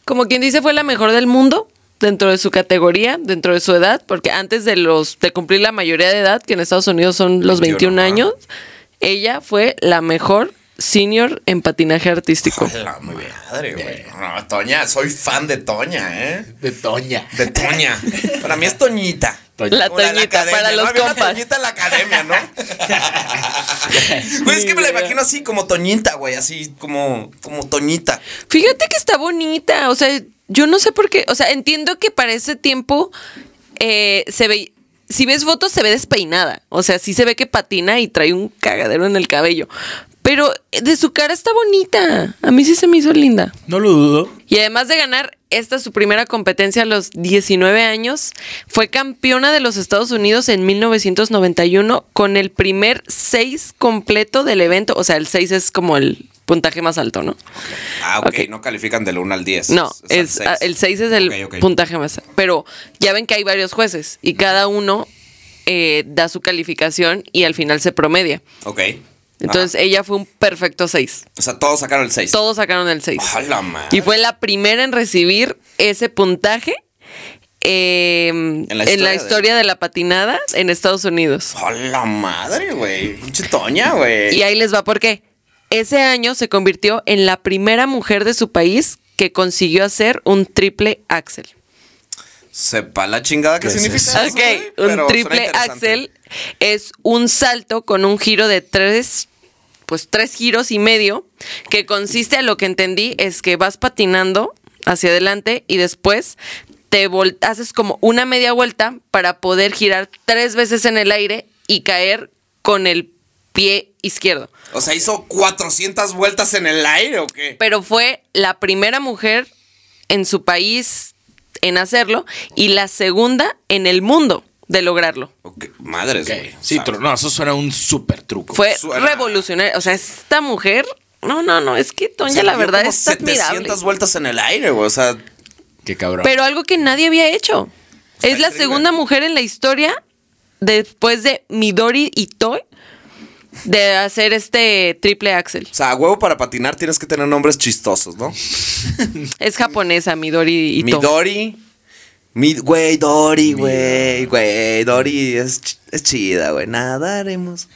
A: Como quien dice, fue la mejor del mundo dentro de su categoría, dentro de su edad, porque antes de los de cumplir la mayoría de edad, que en Estados Unidos son los 21
C: 21, ajá.
A: años, ella fue la mejor senior en patinaje artístico.
C: La madre, güey. No, Toña, soy fan de Toña, ¿eh?
B: De Toña.
C: De Toña. Para mí es Toñita.
B: Toña.
A: La-
C: Como de
A: Toñita,
C: academia,
A: para
C: ¿no?
A: los
C: Había una
A: compas.
C: Toñita en la academia, ¿no? Güey, es que me la imagino así, como Toñita, güey. Así, como, como Toñita.
A: Fíjate que está bonita, o sea, yo no sé por qué, o sea, entiendo que para ese tiempo eh, se ve, si ves fotos se ve despeinada, o sea, sí se ve que patina y trae un cagadero en el cabello, pero de su cara está bonita, a mí sí se me hizo linda.
B: No lo dudo.
A: Y además de ganar esta su primera competencia a los 19 años, fue campeona de los Estados Unidos en 1991 con el primer 6 completo del evento, o sea, el 6 es como el puntaje más alto, ¿no?
C: Ah, ok,
A: Ok.
C: no califican del 1 al 10.
A: No, es,
C: al
A: ah, el 6 es el
C: Ok, ok.
A: puntaje más. Pero ya ven que hay varios jueces y cada uno eh, da su calificación y al final se promedia.
C: Ok.
A: Entonces ella fue un perfecto 6.
C: Ajá. O sea, todos sacaron el 6.
A: Todos sacaron el 6.
C: A la madre.
A: Y fue la primera en recibir ese puntaje eh, en la historia,
C: de-
A: de... la patinada en Estados Unidos.
C: A la madre, güey. Pinche Toña, güey.
A: Y ahí les va porque ese año se convirtió en la primera mujer de su país que consiguió hacer un triple axel.
C: Sepa la chingada que
B: ¿Qué es eso?
C: significa. eso, güey,
A: Ok,
C: pero suena
A: un triple
C: interesante.
A: axel es un salto con un giro de tres, pues tres giros y medio, que consiste a lo que entendí es que vas patinando hacia adelante y después te vol- haces como una media vuelta para poder girar tres veces en el aire y caer con el pie izquierdo.
C: O sea, hizo 400 vueltas en el aire o qué?
A: Pero fue la primera mujer en su país en hacerlo y la segunda en el mundo de lograrlo.
C: Ok, Madres, güey.
B: Ok. Sí,
C: O sea,
B: tru- no, eso suena un súper truco.
A: fue
C: Suena-
A: revolucionaria. O sea, esta mujer. No, no, no. Es que Toña,
C: o sea,
A: la
C: dio
A: verdad,
C: como
A: está admirable.
C: 700 vueltas en el aire, güey. O sea,
B: Qué cabrón.
A: Pero algo que nadie había hecho.
C: Está
A: es la
C: increíble.
A: segunda mujer en la historia, después de Midori y Toy, de hacer este triple axel.
C: o sea, a huevo para patinar tienes que tener nombres chistosos, ¿no?
A: Es japonesa, Midori y Toy.
C: Midori. Mi- Güey, Dori, güey, güey, Dori es, ch- es chida, güey. Nadaremos.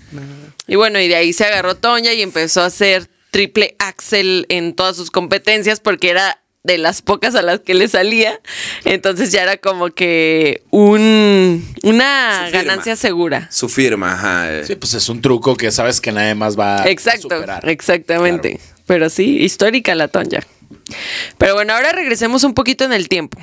A: Y bueno, y de ahí se agarró Toña y empezó a hacer triple axel en todas sus competencias porque era de las pocas a las que le salía. Entonces ya era como que un, una
C: Su firma.
A: ganancia segura.
C: Su firma, ajá. eh.
B: Sí, pues es un truco que sabes que nadie más va
A: Exacto,
B: a superar.
A: exactamente.
B: Claro.
A: Pero sí, histórica la Tonya. Pero bueno, ahora regresemos un poquito en el tiempo.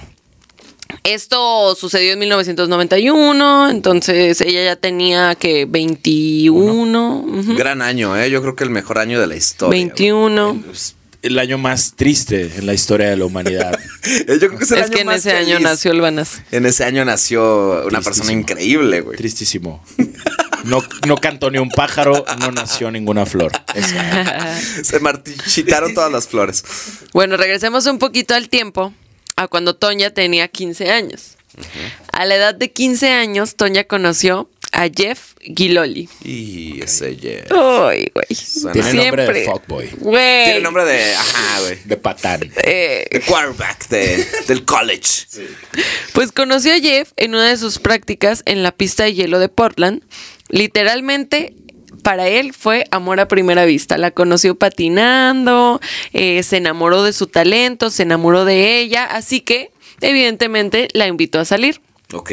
A: Esto sucedió en 1991, entonces ella ya tenía que 21, ujú,
C: Gran año, ¿eh? Yo creo que el mejor año de la historia. Eh,
A: 21.
B: Pues, el año más triste en la historia de la humanidad.
C: güey. Yo creo que es el
A: Es
C: año
A: que en
C: más
A: ese año
C: feliz.
A: nació el Banas.
C: En ese año nació una
B: Tristísimo.
C: persona increíble, güey.
B: Tristísimo. No, no cantó ni un pájaro, no nació ninguna flor. Es-
C: Se marchitaron todas las flores.
A: Bueno, regresemos un poquito al tiempo, a cuando Toña tenía 15 años. A la edad de 15 años, Toña conoció a Jeff Giloli.
C: Y ese yeah.
A: Ay, güey.
B: Tiene nombre de
A: Siempre.
B: fuckboy,
A: Güey.
C: Tiene nombre de. Ajá, güey.
B: de patán.
A: Eh,
C: De quarterback de, del college.
A: pues conoció a Jeff en una de sus prácticas en la pista de hielo de Portland. Literalmente, para él fue amor a primera vista. La conoció patinando, eh, se enamoró de su talento, se enamoró de ella, así que evidentemente la invitó a salir.
C: Ok.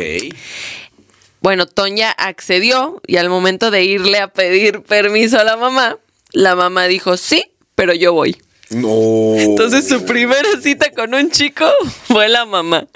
A: Bueno, Toña accedió y al momento de irle a pedir permiso a la mamá, la mamá dijo, sí, pero yo voy.
C: No.
A: Entonces su primera cita con un chico fue la mamá.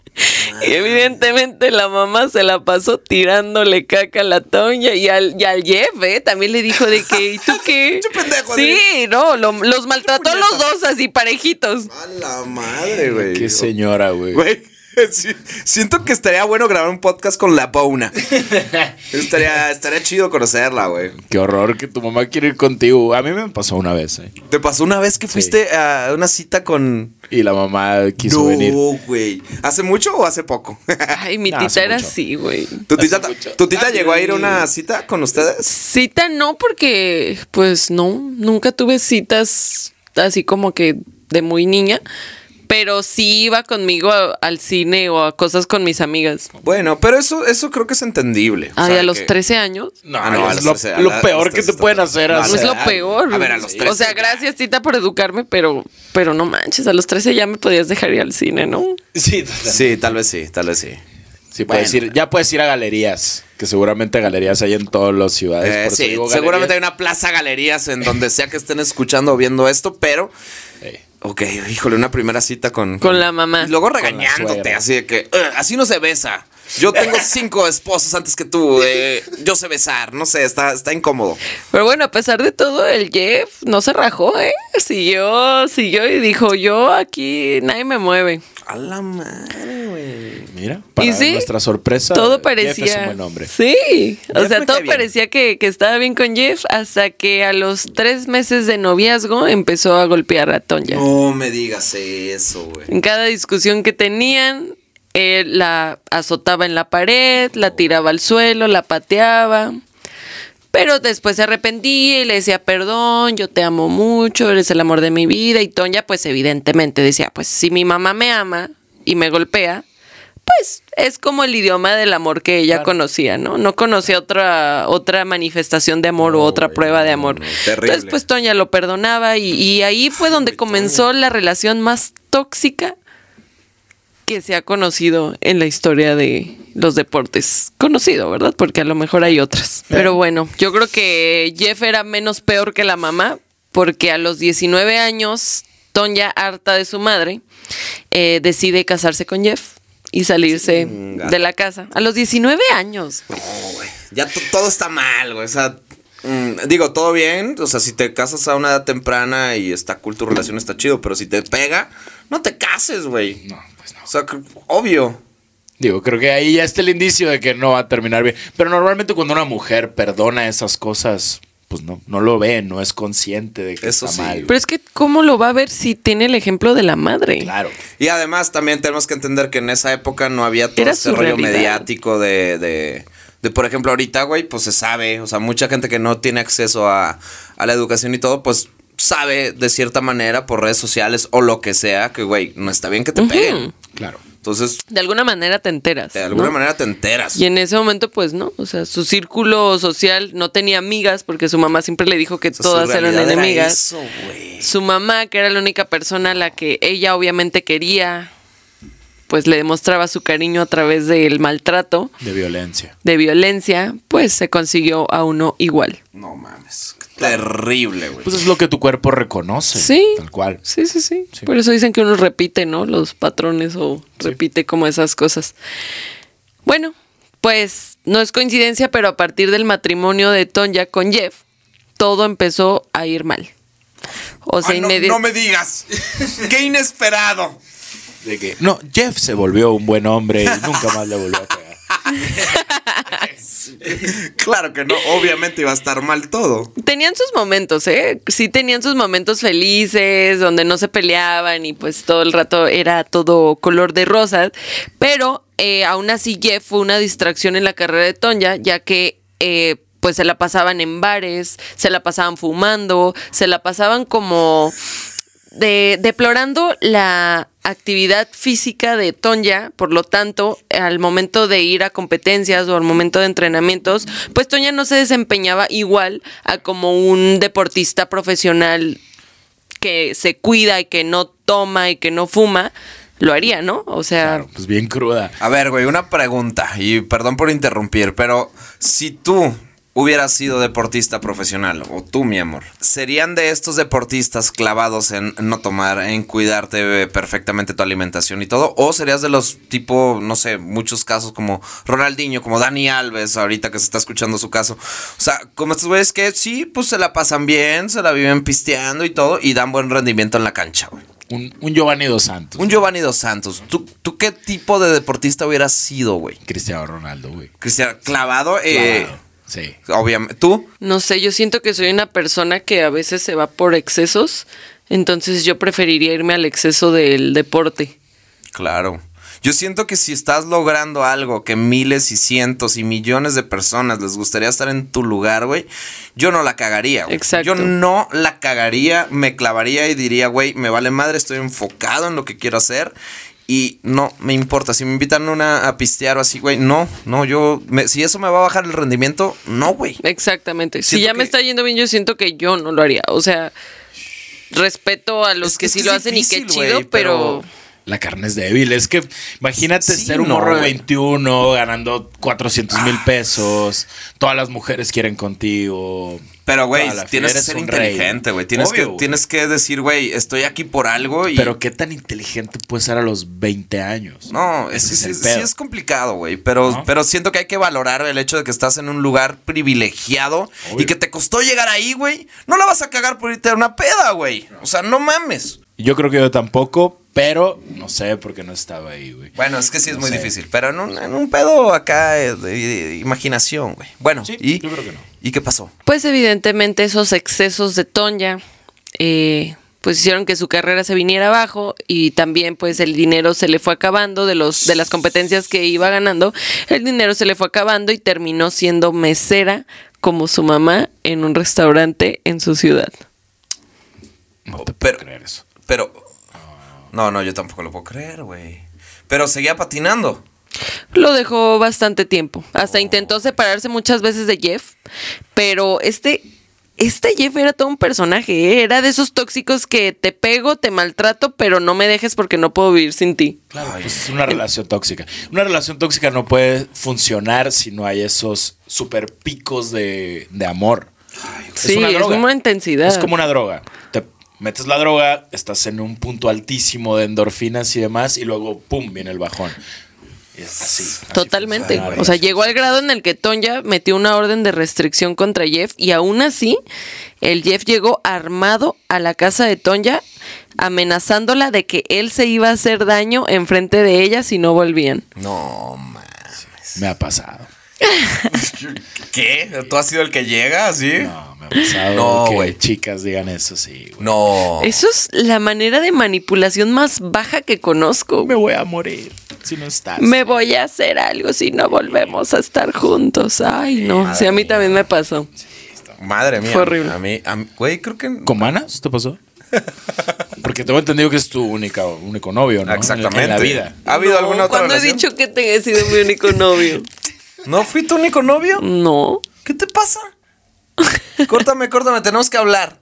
A: Y
B: Ah.
A: evidentemente la mamá se la pasó tirándole caca a la Toña y al, y al Jeff, ¿eh? También le dijo de que, ¿y tú qué?
C: Pinche pendejo,
A: sí, no, lo- los maltrató a los dos así parejitos.
C: A la madre, güey.
B: Qué señora, güey.
C: Güey, sí, siento que estaría bueno grabar un podcast con la Pauna. estaría, estaría chido conocerla, güey.
B: Qué horror que tu mamá quiere ir contigo. A mí me pasó una vez, eh.
C: ¿Te pasó una vez que fuiste a una cita con...
B: Y la mamá quiso
C: no,
B: venir.
C: güey. ¿Hace mucho o hace poco?
A: Ay, mi
B: No,
A: tita
B: hace
A: era
B: mucho.
A: así, güey.
C: ¿Tu tita,
B: mucho.
C: ¿tu tita
B: Ah,
C: llegó a ir a
B: sí.
C: una cita con ustedes?
A: Cita no, porque pues no, nunca tuve citas así como que de muy niña, pero sí iba conmigo a- al cine o a cosas con mis amigas.
C: Bueno, pero eso, eso creo que es entendible. O
A: Ay,
C: sea,
A: a los
C: que-
A: 13 años.
B: No,
C: Ah, no,
B: no,
C: a
B: es
C: los
B: lo,
C: trece- a
B: lo
C: la- a
B: peor
C: los
B: que te
C: trece-
B: pueden hacer.
C: No,
B: a
C: a
B: esa
A: Es
C: sea,
A: lo
B: edad.
A: peor.
C: a ver, a los
A: güey.
C: 13
A: O sea, gracias, Tita, por educarme, pero, pero no manches, a los 13 ya me podías dejar ir al cine, ¿no?
B: Sí,
C: Sí, tal vez sí, tal vez sí.
B: Sí, puedes
C: Bueno.
B: ir- ya puedes ir a galerías, que seguramente galerías hay en todas las ciudades.
C: Eh,
B: por eso
C: sí,
B: digo galerías.
C: seguramente hay una plaza galerías en donde sea que estén escuchando o viendo esto, pero
B: Ey.
C: Ok, híjole, una primera cita con...
A: Con la mamá.
C: Y luego
B: Con la
C: regañándote,
B: suegra.
C: así de que, "Ugh, así no se besa. Yo tengo cinco esposas antes que tú, eh, yo sé besar, no sé, está, está incómodo.
A: Pero bueno, a pesar de todo, el Jeff no se rajó, ¿eh? Siguió, siguió y dijo, yo aquí nadie me mueve.
C: A la madre, güey.
B: Mira, para
A: ¿Y sí?
B: nuestra sorpresa.
A: Todo
B: Jeff
A: parecía.
B: es un buen hombre.
A: Sí. O
C: Jeff
A: sea,
C: me
A: todo
C: cae bien.
A: parecía que, que estaba bien con Jeff hasta que a los tres meses de noviazgo empezó a golpear a Tonya.
C: No me digas eso, güey.
A: En cada discusión que tenían, él la azotaba en la pared, la tiraba al suelo, la pateaba. Pero después se arrepentía y le decía, perdón, yo te amo mucho, eres el amor de mi vida. Y Tonya, pues evidentemente decía, pues si mi mamá me ama y me golpea, pues es como el idioma del amor que ella conocía, ¿no? No conocía otra, otra manifestación de amor o otra prueba de amor.
C: terrible.
A: Entonces, pues Toña lo perdonaba y, y ahí fue donde comenzó la relación más tóxica que se ha conocido en la historia de los deportes. Conocido, ¿verdad? Porque a lo mejor hay otras. Pero bueno, yo creo que Jeff era menos peor que la mamá, porque a los 19 años, Tonya, harta de su madre, eh, decide casarse con Jeff y salirse
C: Chinga.
A: de la casa. A los 19 años.
C: Ya to- todo está mal, güey. O sea, mm, digo, todo bien. O sea, si te casas a una edad temprana y está cool tu relación, está chido. Pero si te pega, no te cases, güey.
B: No, pues no.
C: O sea, que- obvio.
B: Digo, creo que ahí ya está el indicio de que no va a terminar bien. Pero normalmente cuando una mujer perdona esas cosas, pues no, no lo ve, no es consciente de que
C: Eso
B: está
C: sí.
B: mal.
A: Pero es que, ¿cómo lo va a ver si tiene el ejemplo de la madre?
B: Claro.
C: Y además también tenemos que entender que en esa época no había todo
A: Era
C: ese
A: su
C: rollo
A: realidad.
C: mediático de, de, de, por ejemplo, ahorita, güey, pues se sabe, o sea, mucha gente que no tiene acceso a, a la educación y todo, pues sabe de cierta manera por redes sociales o lo que sea que, güey, no está bien que te peguen.
B: Claro.
C: Entonces,
A: De alguna manera te enteras.
C: de alguna
A: ¿no?
C: manera te enteras.
A: Y en ese momento, pues no, o sea, su círculo social no tenía amigas porque su mamá siempre le dijo que
C: O sea, su
A: todas eran
C: realidad era
A: enemigas.
C: eso, güey.
A: su mamá, que era la única persona a la que ella obviamente quería, pues le demostraba su cariño a través del maltrato,
B: De violencia.
A: de violencia, pues se consiguió a uno igual.
C: No mames. Terrible, güey.
B: Pues es lo que tu cuerpo reconoce.
A: Sí.
B: Tal cual.
A: Sí, sí, sí,
B: Sí.
A: Por eso dicen que uno repite, ¿no? Los patrones o repite como esas cosas. Bueno, pues no es coincidencia, pero a partir del matrimonio de Tonya con Jeff, todo empezó a ir mal. O sea,
C: Ay, no,
A: inmedi-
C: no me digas. Qué inesperado.
B: De que, no, Jeff se volvió un buen hombre y nunca más le volvió a pegar.
A: Ah.
C: Claro que no, obviamente iba a estar mal todo.
A: Tenían sus momentos, ¿eh? Sí tenían sus momentos felices, donde no se peleaban y pues todo el rato era todo color de rosas, pero eh, aún así Jeff fue una distracción en la carrera de Tonya, ya que eh, pues se la pasaban en bares, se la pasaban fumando, se la pasaban como de- deplorando la actividad física de Tonya, por lo tanto, al momento de ir a competencias o al momento de entrenamientos, pues Tonya no se desempeñaba igual a como un deportista profesional que se cuida y que no toma y que no fuma, lo haría, ¿no? O sea,
B: Claro, pues bien cruda.
C: A ver, güey, una pregunta, y perdón por interrumpir, pero si tú hubieras sido deportista profesional, o tú, mi amor, ¿serían de estos deportistas clavados en no tomar, en cuidarte perfectamente tu alimentación y todo? ¿O serías de los tipo, no sé, muchos casos como Ronaldinho, como Dani Alves, ahorita que se está escuchando su caso? O sea, como estos güeyes que sí, pues se la pasan bien, se la viven pisteando y todo, y dan buen rendimiento en la cancha, güey.
B: Un, un Giovanni Dos Santos.
C: Un Giovanni Dos Santos, ¿tú, tú qué tipo de deportista hubieras sido, güey?
B: Cristiano Ronaldo, güey.
C: Cristian, clavado, eh,
B: Clavado. Sí.
C: obviamente. ¿Tú?
A: No sé, yo siento que soy una persona que a veces se va por excesos, entonces yo preferiría irme al exceso del deporte.
C: Claro. Yo siento que si estás logrando algo que miles y cientos y millones de personas les gustaría estar en tu lugar, güey, yo no la cagaría, güey.
A: Exacto.
C: Yo no la cagaría, me clavaría y diría, güey, me vale madre, estoy enfocado en lo que quiero hacer y no me importa. Si me invitan una a pistear o así, güey, no, no, yo, me- si eso me va a bajar el rendimiento, no, güey.
A: Exactamente. si
C: Siento
A: ya me
C: que-
A: está yendo bien, yo siento que yo no lo haría. O sea, respeto a los
C: Es
A: que,
C: que- es
A: sí
C: que
A: lo
C: es
A: hacen y qué
C: difícil,
A: chido,
C: güey,
A: pero...
C: pero-
B: La carne es débil. Es que imagínate
C: Sí,
B: ser un
C: no,
B: morro de
C: güey. Ah.
B: 21 ganando 400 mil pesos. Todas las mujeres quieren contigo.
C: Pero, güey,
B: Toda la
C: tienes que
B: fiera
C: ser
B: es un rey.
C: inteligente, güey. Tienes,
B: Obvio,
C: que,
B: güey.
C: tienes que decir, güey, estoy aquí por algo y...
B: Pero qué tan inteligente puedes ser a los 20 años.
C: No, es
B: Ese
C: que sí,
B: el
C: sí
B: pedo.
C: es complicado, güey. Pero,
B: ¿No?
C: pero siento que hay que valorar el hecho de que estás en un lugar privilegiado
B: Obvio.
C: y que te costó llegar ahí, güey. No la vas a cagar por irte a una peda, güey. O sea, no mames.
B: Yo creo que yo tampoco, pero no sé por qué no estaba ahí, güey.
C: Bueno, es que sí es
B: No
C: muy
B: sé.
C: difícil. Pero en un, en un pedo acá eh, de, de imaginación, güey. Bueno,
B: Sí,
C: y,
B: yo creo que no.
C: ¿y qué pasó?
A: Pues evidentemente esos excesos de Tonya, eh, pues hicieron que su carrera se viniera abajo y también pues el dinero se le fue acabando de los de las competencias que iba ganando, el dinero se le fue acabando y terminó siendo mesera como su mamá en un restaurante en su ciudad.
B: No te
C: Pero-
B: puedo creer eso.
C: Pero. No, no, yo tampoco lo puedo creer, güey. Pero seguía patinando.
A: Lo dejó bastante tiempo, hasta intentó separarse muchas veces de Jeff, pero este este Jeff era todo un personaje, ¿eh? era de esos tóxicos que te pego, te maltrato, pero no me dejes porque no puedo vivir sin ti.
B: Claro, pues es una relación tóxica. Una relación tóxica no puede funcionar si no hay esos super picos de, de amor.
A: Sí, es una intensidad.
B: Es como una droga. Te metes la droga, estás en un punto altísimo de endorfinas y demás, y luego, ¡pum!, viene el bajón. Y es así. así
A: Totalmente.
B: funciona la
A: O sea,
B: relación.
A: llegó al grado en el que Tonya metió una orden de restricción contra Jeff y aún así el Jeff llegó armado a la casa de Tonya amenazándola de que él se iba a hacer daño enfrente de ella si no volvían.
C: No, mames.
B: Me ha pasado.
C: ¿Qué? ¿Tú has sido el que llega así?
B: No, me ha pasado
C: No,
B: que
C: güey.
B: chicas digan eso, sí. güey.
C: No.
A: Eso es la manera de manipulación más baja que conozco.
B: Me voy a morir si no estás.
A: Me voy a hacer algo si no volvemos a estar juntos. Ay, no. Sí, a mí también me pasó.
C: Madre mía.
A: Fue horrible.
C: A mí, a mí- güey, creo que
B: ¿Con Manas te pasó? Porque tengo entendido que es tu única, único novio, ¿no? En-
C: Exactamente.
B: En la vida.
C: ¿Ha habido
A: No,
C: alguna otra
A: ¿Cuándo he
C: relación?
A: dicho que te he sido mi único novio?
C: ¿No fui tu único novio?
A: No.
C: ¿Qué te pasa? Córtame, córtame, tenemos que hablar.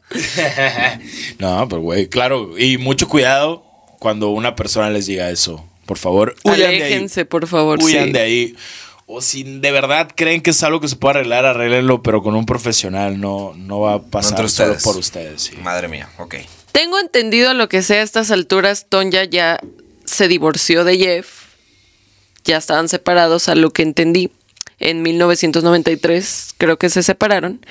B: No, pero güey, claro. Y mucho cuidado cuando una persona les diga eso. Por favor, huyan
A: Aléjense,
B: de ahí.
A: por favor.
B: Huyan
A: sí.
B: de ahí. O si de verdad creen que es algo que se puede arreglar, arréglenlo, pero con un profesional no, no va a pasar
C: entre
B: solo
C: ustedes.
B: por ustedes. sí.
C: Madre mía, ok.
A: Tengo entendido a lo que sea a estas alturas, Tonya ya se divorció de Jeff. Ya estaban separados, a lo que entendí. En 1993 creo que se separaron.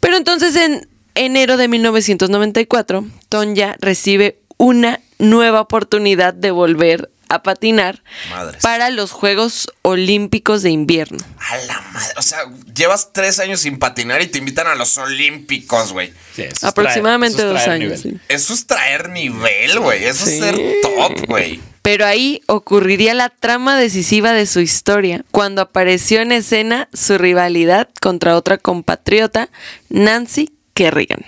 A: Pero entonces en enero de 1994, Tonya recibe una nueva oportunidad de volver a patinar
C: Madres.
A: para los Juegos Olímpicos de Invierno.
C: A la madre. O sea, llevas tres años sin patinar y te invitan a los Olímpicos, güey.
B: Sí, eso es traer-
A: Aproximadamente
B: eso es
A: dos
B: traer
A: años.
B: nivel.
A: sí.
C: Eso es traer nivel, güey. Eso
A: Sí.
C: es ser top, güey.
A: Pero ahí ocurriría la trama decisiva de su historia, cuando apareció en escena su rivalidad contra otra compatriota, Nancy Kerrigan.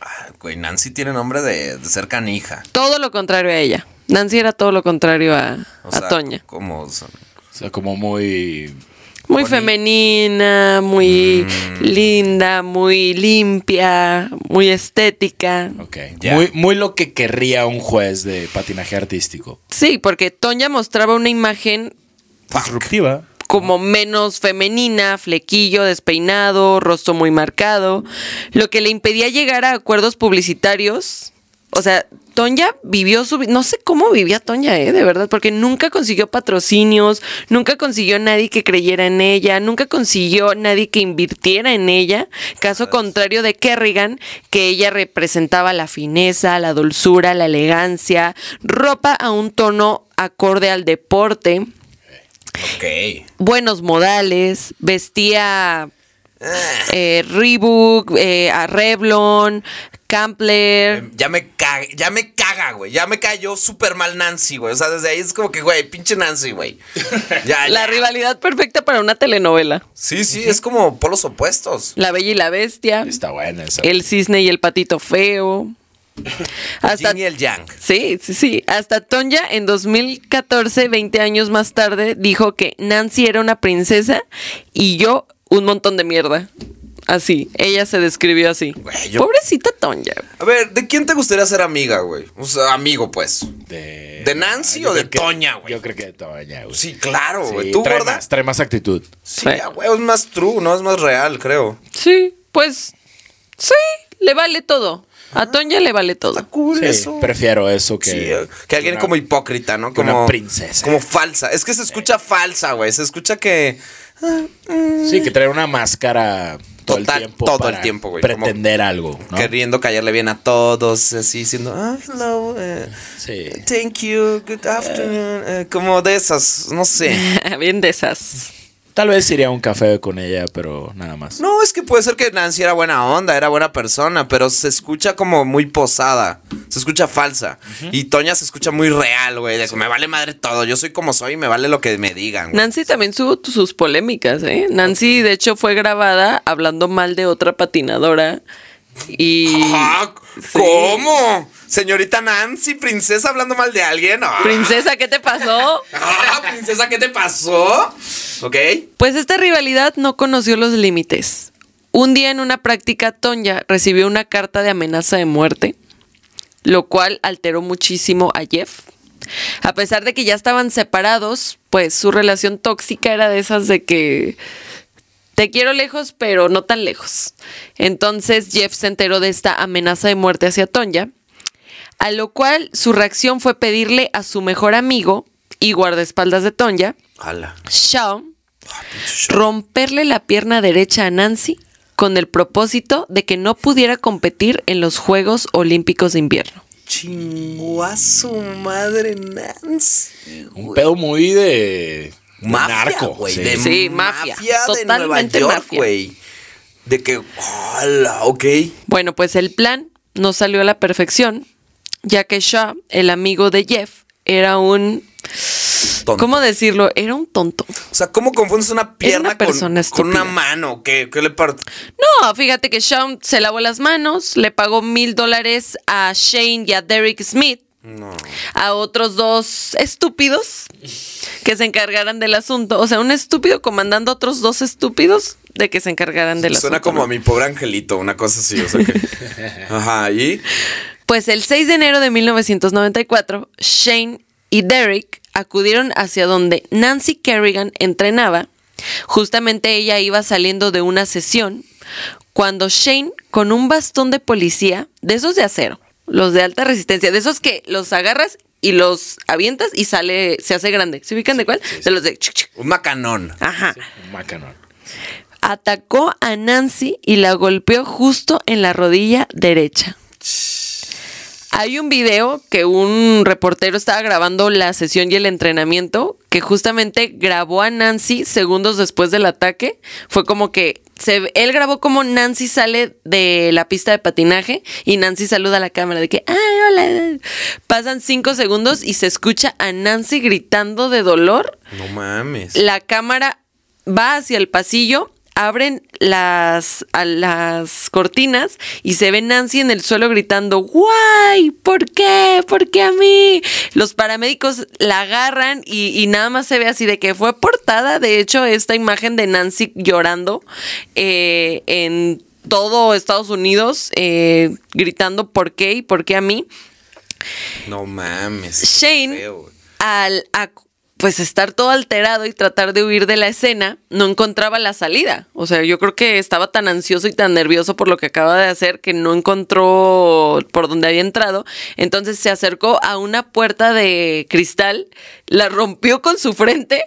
C: Ah, Güey, Nancy tiene nombre de, de ser canija.
A: Todo lo contrario a ella. Nancy era todo lo contrario a,
C: O
A: a
C: sea,
A: Toña.
C: Como son-
B: O sea, como muy.
A: Muy
C: boni-
A: femenina, muy
C: Mm.
A: linda, muy limpia, muy estética.
B: Ok.
C: Ya.
B: Muy, muy lo que querría un juez de patinaje artístico.
A: Sí, porque Toña mostraba una imagen
B: Disruptiva.
A: como menos femenina, flequillo, despeinado, rostro muy marcado, lo que le impedía llegar a acuerdos publicitarios. O sea, Tonya vivió su... vi- No sé cómo vivía Tonya, ¿eh? De verdad, porque nunca consiguió patrocinios, nunca consiguió nadie que creyera en ella, nunca consiguió nadie que invirtiera en ella. Caso contrario de Kerrigan, que ella representaba la fineza, la dulzura, la elegancia, ropa a un tono acorde al deporte
C: Ok.
A: buenos modales, vestía eh, Reebok, eh, a Revlon, Campler.
C: Ya me caga, ya me caga, güey. Ya me cayó súper mal Nancy, güey. O sea, desde ahí es como que, güey, pinche Nancy, güey. Ya,
A: La
C: ya.
A: rivalidad perfecta para una telenovela.
C: Sí, sí, es como polos opuestos.
A: La Bella y la Bestia,
B: Está buena esa.
A: el cisne y el patito feo. Hasta
C: Yin y el Yang.
A: Sí, sí, sí. Hasta Tonya en 2014, 20 años más tarde, dijo que Nancy era una princesa y yo un montón de mierda. Así, ella se describió así.
C: Güey, yo-
A: Pobrecita Tonya.
C: A ver, ¿de quién te gustaría ser amiga, güey? O sea, amigo, pues.
B: De,
C: ¿De Nancy
B: Yo
C: o de
B: creo que-
C: Toña, güey?
B: Yo creo que de Toña, güey.
C: Sí, claro, güey.
B: Sí,
C: ¿Tú,
B: trae
C: gorda?
B: más, trae más actitud.
C: Sí, ya, güey, es más true, ¿no? Es más real, creo.
A: Sí, pues sí, le vale todo. A Tonya le vale todo.
C: Cool,
B: Sí,
C: eso.
B: Prefiero eso que.
C: Sí, eh, que alguien
B: una-
C: como hipócrita, ¿no?
B: que
C: Como
B: una princesa.
C: Como falsa. Es que se escucha falsa, güey. Se escucha que.
B: Sí, que trae una máscara todo
C: Total,
B: el tiempo.
C: todo
B: para
C: el tiempo, güey, como-
B: Pretender algo. ¿no?
C: Queriendo callarle bien a todos, así diciendo, ah, hello, eh,
B: Sí.
C: thank you, good afternoon, eh, como de esas, no sé.
A: Bien de esas.
B: Tal vez iría a un café con ella, pero nada más.
C: No, es que puede ser que Nancy era buena onda, era buena persona, pero se escucha como muy posada, se escucha falsa. Y Toña se escucha muy real, güey, de que me vale madre todo, yo soy como soy y me vale lo que me digan. güey.
A: Nancy también tuvo t- sus polémicas, ¿eh? Nancy, de hecho, fue grabada hablando mal de otra patinadora. Y.
C: Ah, ¿Cómo? Señorita Nancy, princesa hablando mal de alguien. Ah.
A: Princesa, ¿qué te pasó?
C: Ah, princesa, ¿qué te pasó? Ok.
A: Pues esta rivalidad no conoció los límites. Un día en una práctica, Tonya recibió una carta de amenaza de muerte, lo cual alteró muchísimo a Jeff. A pesar de que ya estaban separados, pues su relación tóxica era de esas de que te quiero lejos, pero no tan lejos. Entonces Jeff se enteró de esta amenaza de muerte hacia Tonya, a lo cual su reacción fue pedirle a su mejor amigo y guardaespaldas de Tonya,
C: Ala.
A: Shawn,
C: Ah, pinche show.
A: romperle la pierna derecha a Nancy con el propósito de que no pudiera competir en los Juegos Olímpicos de Invierno.
C: Chingó a su madre Nancy.
B: Un pedo muy de. de
C: Mafia,
B: narco.
C: güey.
B: sí.
C: De
A: Sí, mafia.
C: mafia. de Nueva
A: Totalmente
C: York,
A: mafia.
C: güey. De que, hola, ok.
A: Bueno, pues el plan no salió a la perfección, ya que Shaw, el amigo de Jeff, era un...
C: Tonto.
A: ¿Cómo decirlo? Era un tonto.
C: O sea, ¿cómo confundes una
A: una
C: pierna con-
A: persona
C: con, una
A: estúpida.
C: mano? ¿Qué, qué le part...
A: No, fíjate que Shawn se lavó las manos, le pagó mil dólares a Shane y a Derek Smith,
C: No.
A: a otros dos estúpidos que se encargaran del asunto. O sea, un estúpido comandando a otros dos estúpidos de que se encargaran del
C: Suena
A: asunto.
C: como
A: ¿no?
C: a mi pobre angelito, una cosa así. O sea que... Ajá, y.
A: Pues el 6 de enero de 1994, Shane y Derek acudieron hacia donde Nancy Kerrigan entrenaba. Justamente ella iba saliendo de una sesión cuando Shane, con un bastón de policía, de esos de acero, los de alta resistencia, de esos que los agarras y los avientas y sale, se hace grande. ¿Se ubican de cuál? De los de... chuc, chuc.
C: Un macanón.
A: Ajá.
B: Un macanón.
A: Atacó a Nancy y la golpeó justo en la rodilla derecha. Hay un video que un reportero estaba grabando la sesión y el entrenamiento, que justamente grabó a Nancy segundos después del ataque. Fue como que se- él grabó como Nancy sale de la pista de patinaje y Nancy saluda a la cámara de que, ¡ay, hola! Pasan cinco segundos y se escucha a Nancy gritando de dolor
C: No mames.
A: la cámara va hacia el pasillo, abren las, a las cortinas y se ve Nancy en el suelo gritando, ¡guay! ¿Por qué? ¿Por qué a mí? Los paramédicos la agarran y, y nada más se ve así de que fue portada, de hecho, esta imagen de Nancy llorando eh, en todo Estados Unidos, eh, gritando ¿por qué? ¿Y por qué a mí?
C: No mames. qué
A: Shane,
C: feo, güey.
A: al ac- pues estar todo alterado y tratar de huir de la escena, no encontraba la salida. O sea, yo creo que estaba tan ansioso y tan nervioso por lo que acaba de hacer que no encontró por donde había entrado. Entonces se acercó a una puerta de cristal, la rompió con su frente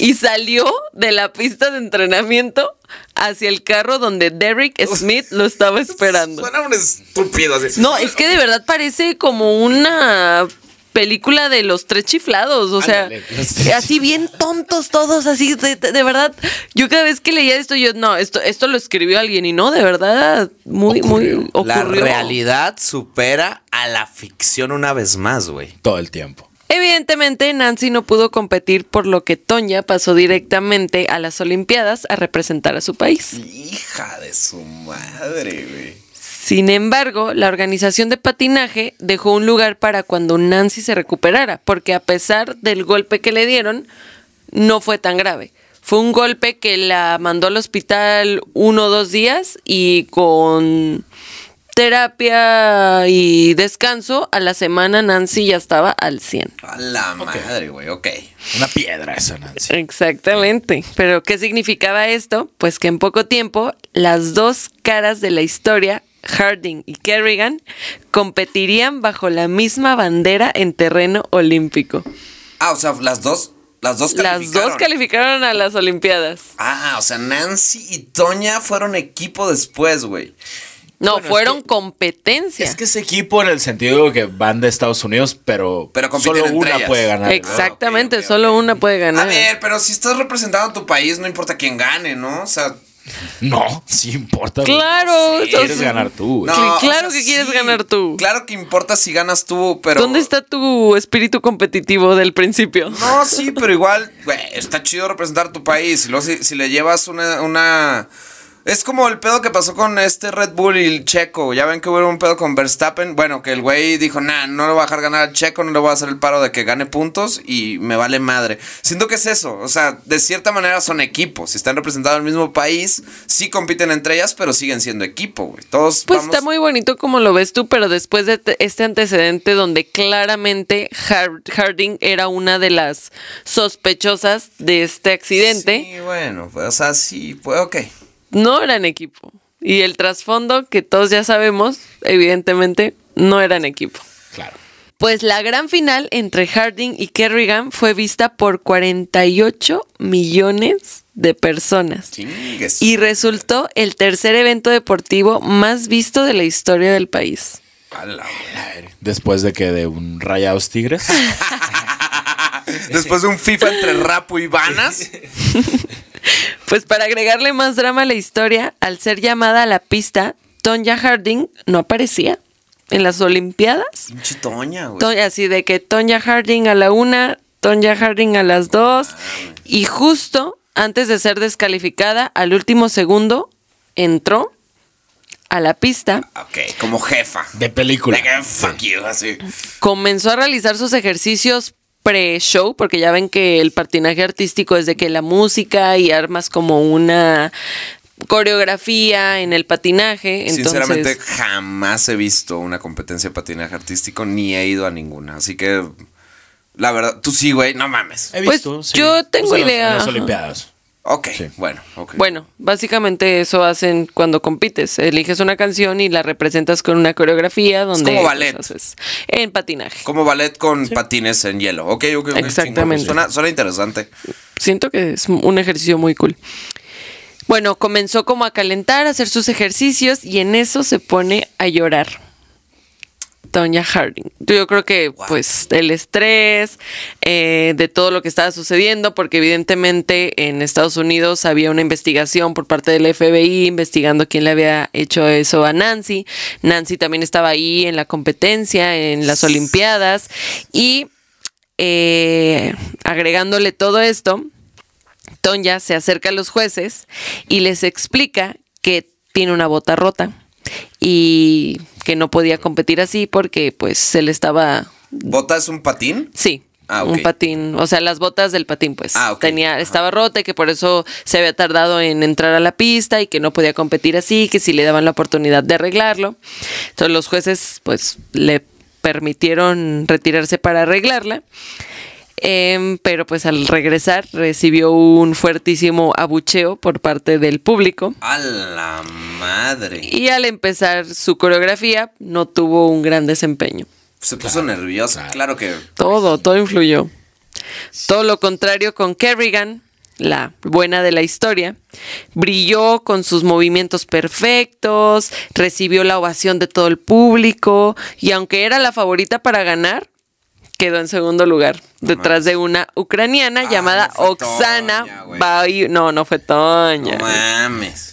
A: y salió de la pista de entrenamiento hacia el carro donde Derrick Smith lo estaba esperando.
C: Suena un estúpido así.
A: No, es que de verdad parece como una película de los tres chiflados, o sea, eh,
B: Ándale, los tres
A: así bien tontos todos, así de, de- de verdad. Yo cada vez que leía esto, yo no, esto, esto lo escribió alguien y no, de verdad, muy, muy ocurrió.
C: La realidad supera a la ficción una vez más, güey.
B: Todo el tiempo.
A: Evidentemente, Nancy no pudo competir, por lo que Toña pasó directamente a las Olimpiadas a representar a su país.
C: Hija de su madre, güey.
A: Sin embargo, la organización de patinaje dejó un lugar para cuando Nancy se recuperara, porque a pesar del golpe que le dieron, no fue tan grave. Fue un golpe que la mandó al hospital uno o dos días y con terapia y descanso, a la semana Nancy ya estaba al 100.
C: A la madre, güey, ok.
B: Una piedra esa, Nancy.
A: Exactamente. Pero ¿qué significaba esto? Pues que en poco tiempo las dos caras de la historia, Harding y Kerrigan, competirían bajo la misma bandera en terreno olímpico.
C: Ah, o sea, las dos, las dos
A: Las dos calificaron a las Olimpiadas.
C: Ah, o sea, Nancy y Toña fueron equipo después, güey.
A: No,
B: Bueno, es
A: fueron
B: que-
A: competencia.
B: Es que ese equipo en el sentido de que van de Estados Unidos, pero,
C: Pero compiten
B: solo
C: entre
B: una
C: ellas.
B: puede ganar.
A: Exactamente,
C: Ah, ok, ok,
A: solo una puede
C: A
A: ganar.
C: ver, pero si estás representando a tu país, no importa quién gane, ¿no? O sea,
B: No, sí importa. güey.
A: Claro,
C: Sí,
B: Quieres
A: entonces,
B: ganar tú, güey.
C: no.
A: Sí,
C: o
A: claro
C: sea,
A: que quieres ganar tú.
C: Claro que importa si ganas tú, pero.
A: ¿dónde está tu espíritu competitivo del principio?
C: No, sí, pero igual, güey, está chido representar tu país. Y luego si, si le llevas una, una. Es como el pedo que pasó con este Red Bull y el Checo. Ya ven que hubo un pedo con Verstappen. Bueno, que el güey dijo, nah, no le voy a dejar ganar al Checo, no le voy a hacer el paro de que gane puntos y me vale madre. Siento que es eso. O sea, de cierta manera son equipos. Si están representados en el mismo país, sí compiten entre ellas, pero siguen siendo equipo, güey. Todos
A: Pues
C: vamos-
A: está muy bonito como lo ves tú, pero después de te- este antecedente donde claramente Har- Harding era una de las sospechosas de este accidente,
C: Sí, bueno, pues, o sea, sí, pues, ok.
A: no eran equipo. Y el trasfondo que todos ya sabemos, evidentemente, no eran equipo.
B: Claro.
A: Pues la gran final entre Harding y Kerrigan fue vista por 48 millones de personas.
C: Chingues.
A: Y resultó el tercer evento deportivo más visto de la historia del país.
C: A la
B: A ver, Después de que de un rayados tigres.
C: Después de un FIFA entre Rapo y Vanas.
A: Pues para agregarle más drama a la historia, al ser llamada a la pista, Tonya Harding no aparecía en las Olimpiadas.
C: Pinche Toña, güey.
A: To- así de que Tonya Harding a la una, Tonya Harding a las dos. Y justo antes de ser descalificada, al último segundo, entró a la pista,
C: ok, como jefa.
B: De película.
C: Like, eh, fuck you, así.
A: comenzó a realizar sus ejercicios pre-show, porque ya ven que el patinaje artístico es de que la música y armas como una coreografía en el patinaje. Entonces,
C: Sinceramente, jamás he visto una competencia de patinaje artístico ni he ido a ninguna. Así que, la verdad, tú sí, güey, no mames.
B: He
A: Pues
B: visto, sí.
A: yo tengo
B: O sea, en las-
A: idea,
B: En las
A: ajá.
B: Olimpiadas.
C: Ok,
B: Sí.
C: bueno, ok.
A: Bueno, básicamente eso hacen cuando compites. Eliges una canción y la representas con una coreografía donde...
C: como
A: pues,
C: ballet.
A: haces- en patinaje.
C: Como ballet con patines en hielo. Ok, ok, ok.
A: Exactamente.
C: chingón. Suena, suena interesante.
A: Siento que es un ejercicio muy cool. Bueno, comenzó como a calentar, a hacer sus ejercicios y en eso se pone a llorar. Tonya Harding. Yo creo que pues el estrés eh, de todo lo que estaba sucediendo, porque evidentemente en Estados Unidos había una investigación por parte del FBI investigando quién le había hecho eso a Nancy. Nancy también estaba ahí en la competencia, en las Olimpiadas y eh, agregándole todo esto, Tonya se acerca a los jueces y les explica que tiene una bota rota y que no podía competir así porque pues se le estaba,
C: ¿Bota es un patín?
A: sí.
C: Ah, ok.
A: Un patín, o sea, las botas del patín, pues.
C: Ah, ok.
A: Tenía, estaba rota y que por eso se había tardado en entrar a la pista y que no podía competir así, que si le daban la oportunidad de arreglarlo. Entonces los jueces, pues, le permitieron retirarse para arreglarla. Em, pero pues al regresar recibió un fuertísimo abucheo por parte del público.
C: A la madre.
A: Y al empezar su coreografía no tuvo un gran desempeño.
C: Se puso nerviosa. Claro que. Pues
A: Todo, todo influyó. Todo lo contrario con Kerrigan, la buena de la historia. Brilló con sus movimientos perfectos, recibió la ovación de todo el público y aunque era la favorita para ganar, quedó en segundo lugar, detrás de una ucraniana
C: Ah,
A: llamada
C: no fue Toña,
A: Oksana
C: güey.
A: Bai- No, no fue Toña.
C: No mames.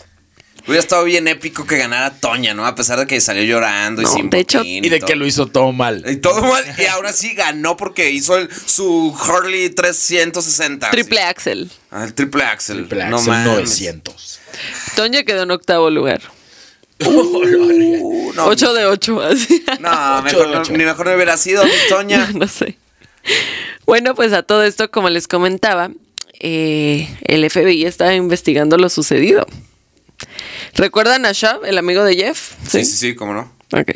C: Hubiera estado bien épico que ganara Toña, ¿no? A pesar de que salió llorando
A: No,
C: y sin
A: de hecho-
C: botín
B: Y de
C: todo.
B: que lo hizo todo mal.
C: Y
B: Ay,
C: todo mal. Y ahora sí ganó porque hizo el, su Harley 360.
A: Triple
C: así.
A: Axel.
C: Ah, el triple Axel.
B: triple
C: no
B: Axel
C: mames.
B: 900.
A: Toña quedó en octavo lugar.
C: Oh, Uh, no,
A: 8 de 8, así.
C: No,
B: Ocho
C: mejor,
B: de
C: no-
B: ocho.
C: ni mejor no hubiera sido, mi Toña.
A: No, no sé. Bueno, pues a todo esto, como les comentaba, eh, el FBI estaba investigando lo sucedido. ¿Recuerdan a Shab, el amigo de Jeff?
C: Sí, sí, sí, cómo no.
A: Ok.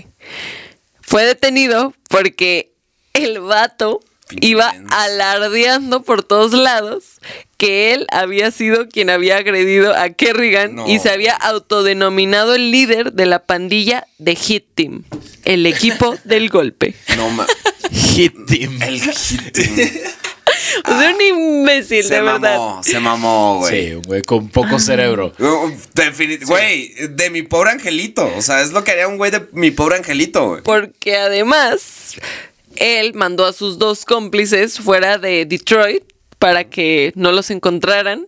A: Fue detenido porque el vato
C: Pinche
A: iba
C: menso.
A: alardeando por todos lados que él había sido quien había agredido a Kerrigan
C: No.
A: y se había autodenominado el líder de la pandilla de Hit Team, el equipo del golpe.
C: No ma-
B: Hit team.
C: El hit.
A: O sea, un imbécil,
C: Se
A: de verdad.
C: mamó, se mamó, güey.
B: Sí, un güey con poco cerebro.
C: Uh, definit- Güey, de mi pobre angelito. O sea, es lo que haría un güey de mi pobre angelito,
B: Pues,
C: güey.
A: Porque además, él mandó a sus dos cómplices fuera de Detroit para que no los encontraran,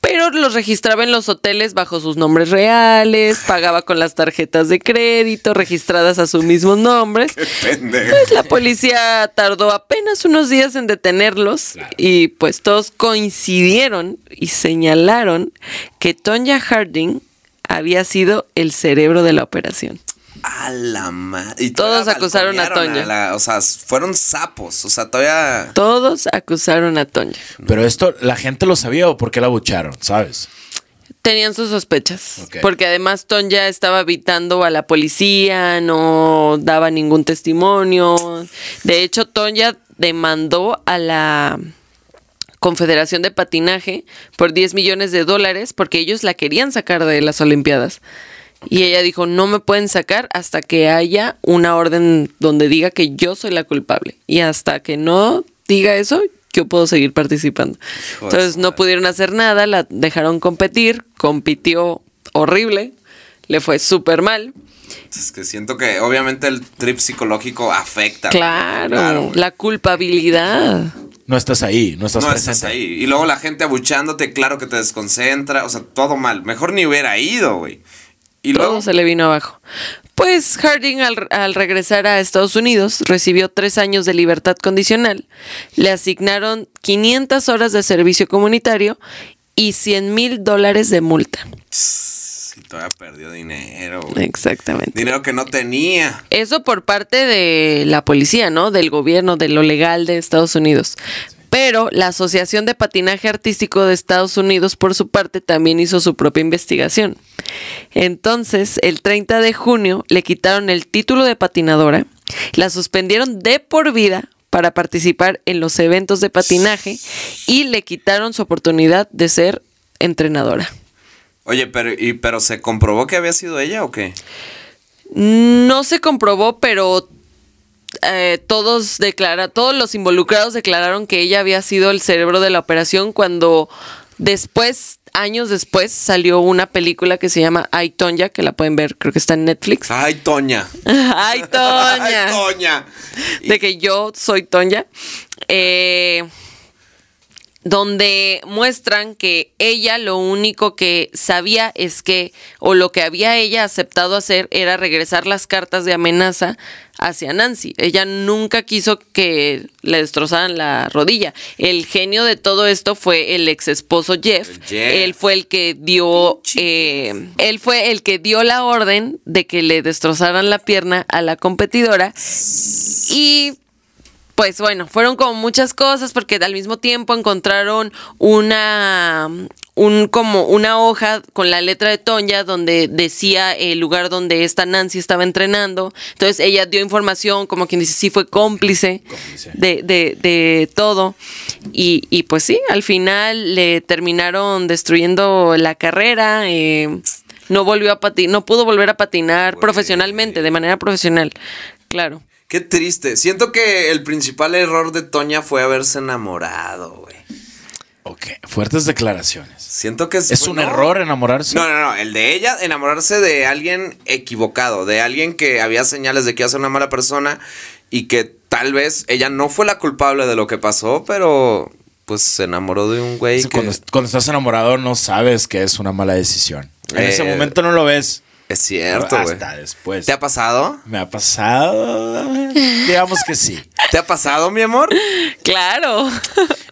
A: pero los registraba en los hoteles bajo sus nombres reales, pagaba con las tarjetas de crédito registradas a sus mismos nombres.
C: Pendejo.
A: Pues la policía tardó apenas unos días en detenerlos y pues todos coincidieron y señalaron que Tonya Harding había sido el cerebro de la operación.
C: A la madre. Y
A: Todos
C: todavía
A: acusaron a
C: balconearon
A: Toña.
C: la- o sea, fueron sapos. O sea, todavía.
A: Todos acusaron a Tonya.
B: Pero esto, ¿la gente lo sabía o por qué la bucharon? ¿Sabes?
A: Tenían sus sospechas,
B: Ok.
A: porque además Tonya estaba evitando a la policía, no daba ningún testimonio. De hecho, Tonya demandó a la Confederación de Patinaje por 10 millones de dólares porque ellos la querían sacar de las Olimpiadas. Y ella dijo, no me pueden sacar hasta que haya una orden donde diga que yo soy la culpable. Y hasta que no diga eso, yo puedo seguir participando.
C: Hijo de
A: Entonces
C: su
A: no
C: madre.
A: pudieron hacer nada, la dejaron competir, compitió horrible, le fue súper mal.
C: Es que siento que obviamente el trip psicológico afecta. güey.
A: Claro,
C: güey.
A: la culpabilidad.
B: No estás ahí, no estás
C: no
B: presente.
C: estás ahí. Y luego la gente abuchándote, claro que te desconcentra. O sea, todo mal. Mejor ni hubiera ido, güey. Y
A: Todo
C: luego.
A: se le vino abajo. Pues Harding al, al regresar a Estados Unidos recibió tres años de libertad condicional, le asignaron 500 horas de servicio comunitario y 100 mil dólares de multa.
C: Sí, todavía perdió dinero, güey.
A: Exactamente.
C: Dinero que no tenía.
A: Eso por parte de la policía, ¿no? Del gobierno, de lo legal de Estados Unidos. Pero la Asociación de Patinaje Artístico de Estados Unidos, por su parte, también hizo su propia investigación. Entonces, el 30 de junio le quitaron el título de patinadora, la suspendieron de por vida para participar en los eventos de patinaje y le quitaron su oportunidad de ser entrenadora.
C: Oye, pero, y, pero ¿se comprobó que había sido ella o qué?
A: No se comprobó, pero eh, todos declara, todos los involucrados declararon que ella había sido el cerebro de la operación cuando después, años después, salió una película que se llama Ay Tonya, que la pueden ver, creo que está en Netflix.
C: Ay, Toña.
A: Ay Tonya,
C: Ay, Toña.
A: de que yo soy Tonya. Eh, donde muestran que ella lo único que sabía es que, o lo que había ella aceptado hacer era regresar las cartas de amenaza hacia Nancy. Ella nunca quiso que le destrozaran la rodilla. El genio de todo esto fue el ex esposo Jeff.
C: Jeff.
A: Él fue el que dio, eh, él fue el que dio la orden de que le destrozaran la pierna a la competidora y pues bueno, fueron como muchas cosas porque al mismo tiempo encontraron una un como una hoja con la letra de Tonya donde decía el lugar donde esta Nancy estaba entrenando. Entonces ella dio información como quien dice sí fue cómplice, De, de- de todo. Y, y pues sí, al final le terminaron destruyendo la carrera. eh, no volvió a patinar, no pudo volver a patinar profesionalmente, de manera profesional. Claro.
C: Qué triste. Siento que el principal error de Toña fue haberse enamorado, güey.
B: Ok, fuertes declaraciones.
C: Siento que
B: ¿Es un
C: Pues no.
B: error enamorarse?
C: No, no, no. El de ella enamorarse de alguien equivocado, de alguien que había señales de que iba a ser una mala persona y que tal vez ella no fue la culpable de lo que pasó, pero pues se enamoró de un güey
B: Es que
C: que
B: cuando, cuando estás enamorado no sabes que es una mala decisión. En ese
C: Eh,
B: momento no lo ves.
C: es cierto, güey.
B: Hasta después.
C: ¿Te ha pasado?
B: Me ha pasado. Digamos que sí.
C: ¿Te ha pasado, mi amor?
A: Claro.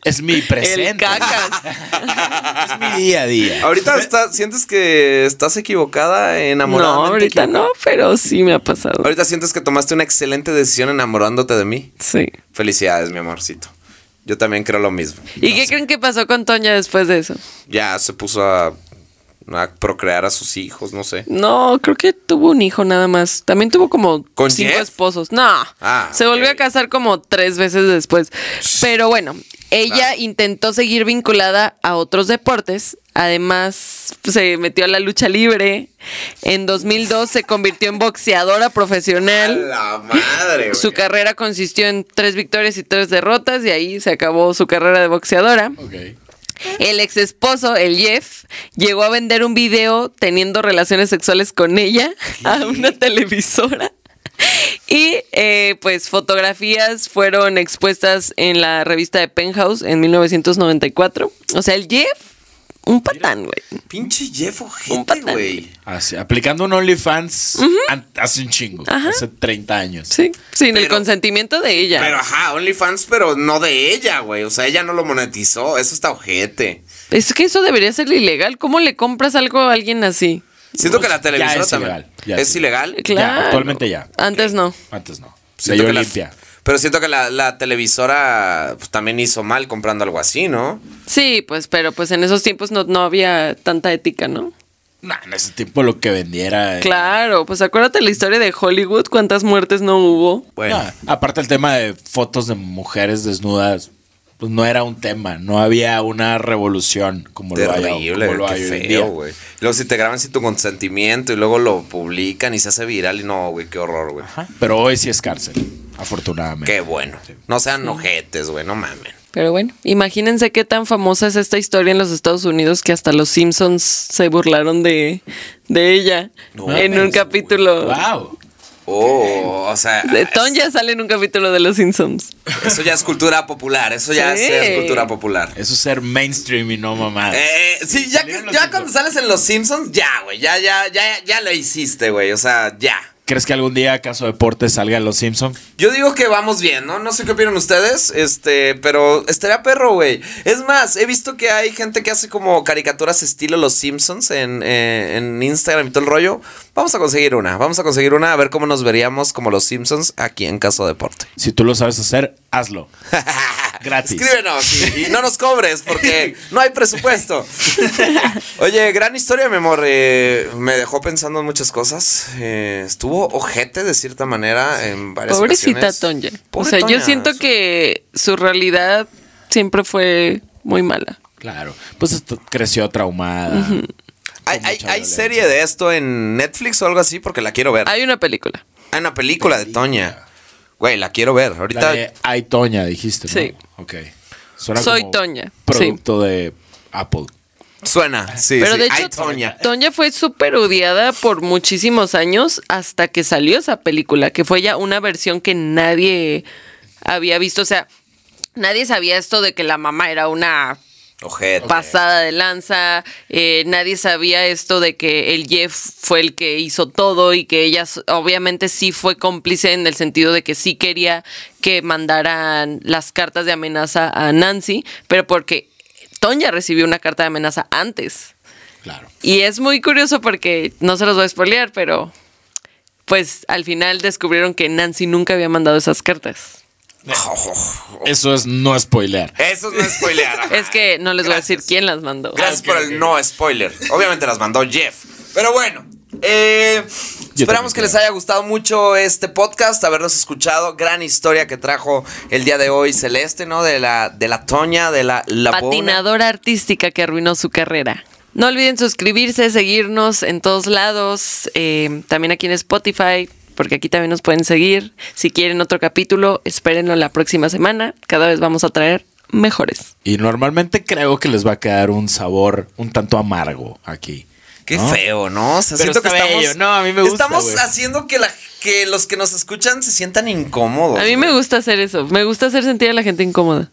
B: Es mi presente.
A: El cacas.
B: Es mi día a día.
C: Ahorita está- sientes que estás equivocada,
A: No,
C: enamorada.
A: ahorita no, pero sí me ha pasado.
C: Ahorita sientes que tomaste una excelente decisión enamorándote de mí.
A: Sí.
C: Felicidades, mi amorcito. Yo también creo lo mismo.
A: ¿Y qué creen que pasó con Toña después de eso?
C: Ya se puso a, a procrear a sus hijos, no sé.
A: No, creo que tuvo un hijo nada más. También tuvo como
C: ¿Con
A: cinco
C: Jeff?
A: esposos. No.
C: Ah,
A: se volvió
C: ok.
A: a casar como tres veces después. Pero bueno, ella intentó seguir vinculada a otros deportes. Además, se metió a la lucha libre. En 2002 se convirtió en boxeadora profesional.
C: La madre,
A: Su carrera consistió en tres victorias y tres derrotas y ahí se acabó su carrera de boxeadora.
B: Ok.
A: El ex esposo, el Jeff, llegó a vender un video teniendo relaciones sexuales con ella a una televisora. Y eh, pues fotografías fueron expuestas en la revista de Penthouse en 1994. O sea, el Jeff, un patán, güey.
C: Pinche Jeff
A: Un
C: ojete,
A: patán.
C: güey.
B: Así, aplicando un OnlyFans an- hace un chingo. Hace 30 años.
A: Sí, sin el
C: Pero-
A: consentimiento de ella.
C: Pero ajá, OnlyFans, pero no de ella, güey. O sea, ella no lo monetizó. Eso está ojete.
A: Es que eso debería ser ilegal. ¿Cómo le compras algo a alguien así?
C: Siento
B: Pues,
C: que la
B: ya
C: televisora
B: es
C: también.
B: ilegal, ya
C: ¿Es
B: es
C: ilegal?
A: Claro.
B: actualmente ya.
A: Antes no.
B: Antes no.
C: Siento
B: Leyó
C: que las-
B: limpia.
C: pero siento que la, la televisora pues, también hizo mal comprando algo así, ¿no?
A: Sí, pues, pero pues en esos tiempos no, no había tanta ética, ¿no?
B: Nah, en ese tiempo lo que vendiera. eh,
A: Claro, pues acuérdate la historia de Hollywood, cuántas muertes no hubo.
C: Bueno.
B: No, aparte el tema de fotos de mujeres desnudas, pues no era un tema, no había una revolución como lo hay,
C: Terrible,
B: como lo
C: güey,
B: hay hoy en
C: qué
B: día.
C: feo, güey. Luego si te graban sin tu consentimiento y luego lo publican y se hace viral y no, güey, qué horror, güey.
B: Ajá. Pero hoy sí es cárcel, afortunadamente.
C: Qué bueno. No sean ojetes, güey, no mamen.
A: Pero bueno, imagínense qué tan famosa es esta historia en los Estados Unidos que hasta los Simpsons se burlaron de, de ella en un capítulo.
B: Wow.
C: Oh, o sea,
A: De Tom ya sale en un capítulo de los Simpsons.
C: eso ya es cultura popular, eso ya
A: Sí.
C: es cultura popular.
B: Eso es ser mainstream y no mamadas.
C: Eh, sí, ya,
B: Salieron
C: que-
B: los
C: ya
B: Simpsons.
C: cuando sales en Los Simpsons, ya, güey, ya, ya, ya, ya lo hiciste, güey, o sea, ya.
B: ¿Crees que algún día acaso deporte salga en los Simpsons?
C: Yo digo que vamos bien, ¿no? No sé qué opinan ustedes, este, pero estaría perro, güey. Es más, he visto que hay gente que hace como caricaturas estilo Los Simpsons en, eh, en Instagram y todo el rollo. Vamos a conseguir una, vamos a conseguir una, a ver cómo nos veríamos como Los Simpsons aquí en Caso Deporte.
B: Si tú lo sabes hacer, hazlo. Gratis.
C: Escríbenos y, y no nos cobres porque no hay presupuesto. Oye, gran historia, mi amor. eh, me dejó pensando en muchas cosas. Eh, estuvo ojete de cierta manera en varias
A: Pobrecita
C: ocasiones.
A: Tonya. O
C: Pobre
A: sea, yo
C: Toña.
A: siento que su realidad siempre fue muy mala.
B: Claro. Pues esto creció traumada.
C: ¿Hay,
B: con
C: hay,
B: mucha
C: hay
B: violencia.
C: serie de esto en Netflix o algo así? Porque la quiero ver. Hay
A: Hay una película.
C: una película de Toña. Güey, la quiero ver.
B: La
C: Ahorita.
B: de Ay Toña, dijiste, ¿no?
A: Sí.
B: Ok. Suena
A: Soy
B: como
A: Toña, sí.
B: Producto de Apple.
C: Suena. Sí,
A: Pero
C: sí.
A: de
C: Ay,
A: hecho,
C: Toña.
A: Toña. fue súper odiada por muchísimos años hasta que salió esa película, que fue ya una versión que nadie había visto. O sea, nadie sabía esto de que la mamá era una
C: Ojete.
A: pasada de lanza, eh, nadie sabía esto de que el Jeff fue el que hizo todo y que ella s- obviamente sí fue cómplice en el sentido de que sí quería que mandaran las cartas de amenaza a Nancy, pero porque Toña recibió una carta de amenaza antes.
B: Claro.
A: Y es muy curioso porque no se los voy a spoilear, pero pues al final descubrieron que Nancy nunca había mandado esas cartas.
B: Eso es no spoilear.
C: Eso no es spoilear. ajá.
A: Es que no les voy a decir
C: Gracias.
A: quién las mandó.
C: Gracias por el no spoiler. Obviamente las mandó Jeff. Pero bueno. eh, esperamos
B: también
C: que
B: creo.
C: les haya gustado mucho este podcast, habernos escuchado. Gran historia que trajo el día de hoy Celeste, ¿no? De la, de la Toña, de la, la Bona.
A: patinadora artística que arruinó su carrera. No olviden suscribirse, seguirnos en todos lados, eh, también aquí en Spotify, porque aquí también nos pueden seguir. Si quieren otro capítulo, espérenlo la próxima semana. Cada vez vamos a traer mejores.
B: Y normalmente creo que les va a quedar un sabor un tanto amargo aquí.
C: Qué
B: ¿no?
C: feo, ¿no? O sea,
B: Pero
C: siento que
B: está
C: estamos,
B: bello. No, a mí me gusta,
C: Estamos
B: güey.
C: haciendo que, la, que los que nos escuchan se sientan incómodos.
A: A mí me
C: güey.
A: gusta hacer eso, me gusta hacer sentir a la gente incómoda.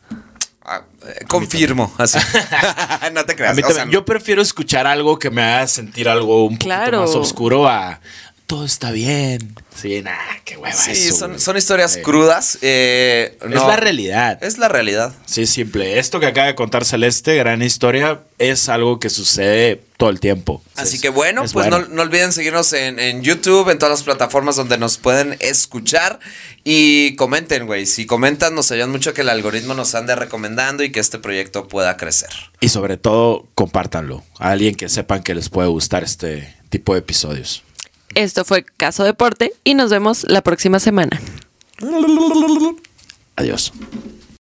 C: Ah, eh, confirmo, así. no te
B: A
C: creas.
B: mí
C: o
B: también-
C: sea,
B: yo prefiero escuchar algo que me haga sentir algo un poquito
A: Claro.
B: más oscuro a todo está bien. Sí, nah, qué hueva
C: sí,
B: eso,
C: son,
B: güey.
C: son historias
B: Sí.
C: crudas. eh,
B: Es
C: no,
B: la realidad.
C: Es la realidad.
B: Sí, simple. Esto que acaba de contar Celeste, gran historia, es algo que sucede todo el tiempo.
C: Así
B: Es-
C: que bueno,
B: es
C: pues
B: bueno.
C: No, no olviden seguirnos en, en YouTube, en todas las plataformas donde nos pueden escuchar y comenten, güey. Si comentan, nos ayudan mucho a que el algoritmo nos ande recomendando y que este proyecto pueda crecer.
B: Y sobre todo, compártanlo a alguien que sepan que les puede gustar este tipo de episodios.
A: Esto fue Caso Deporte y nos vemos la próxima semana.
B: Adiós.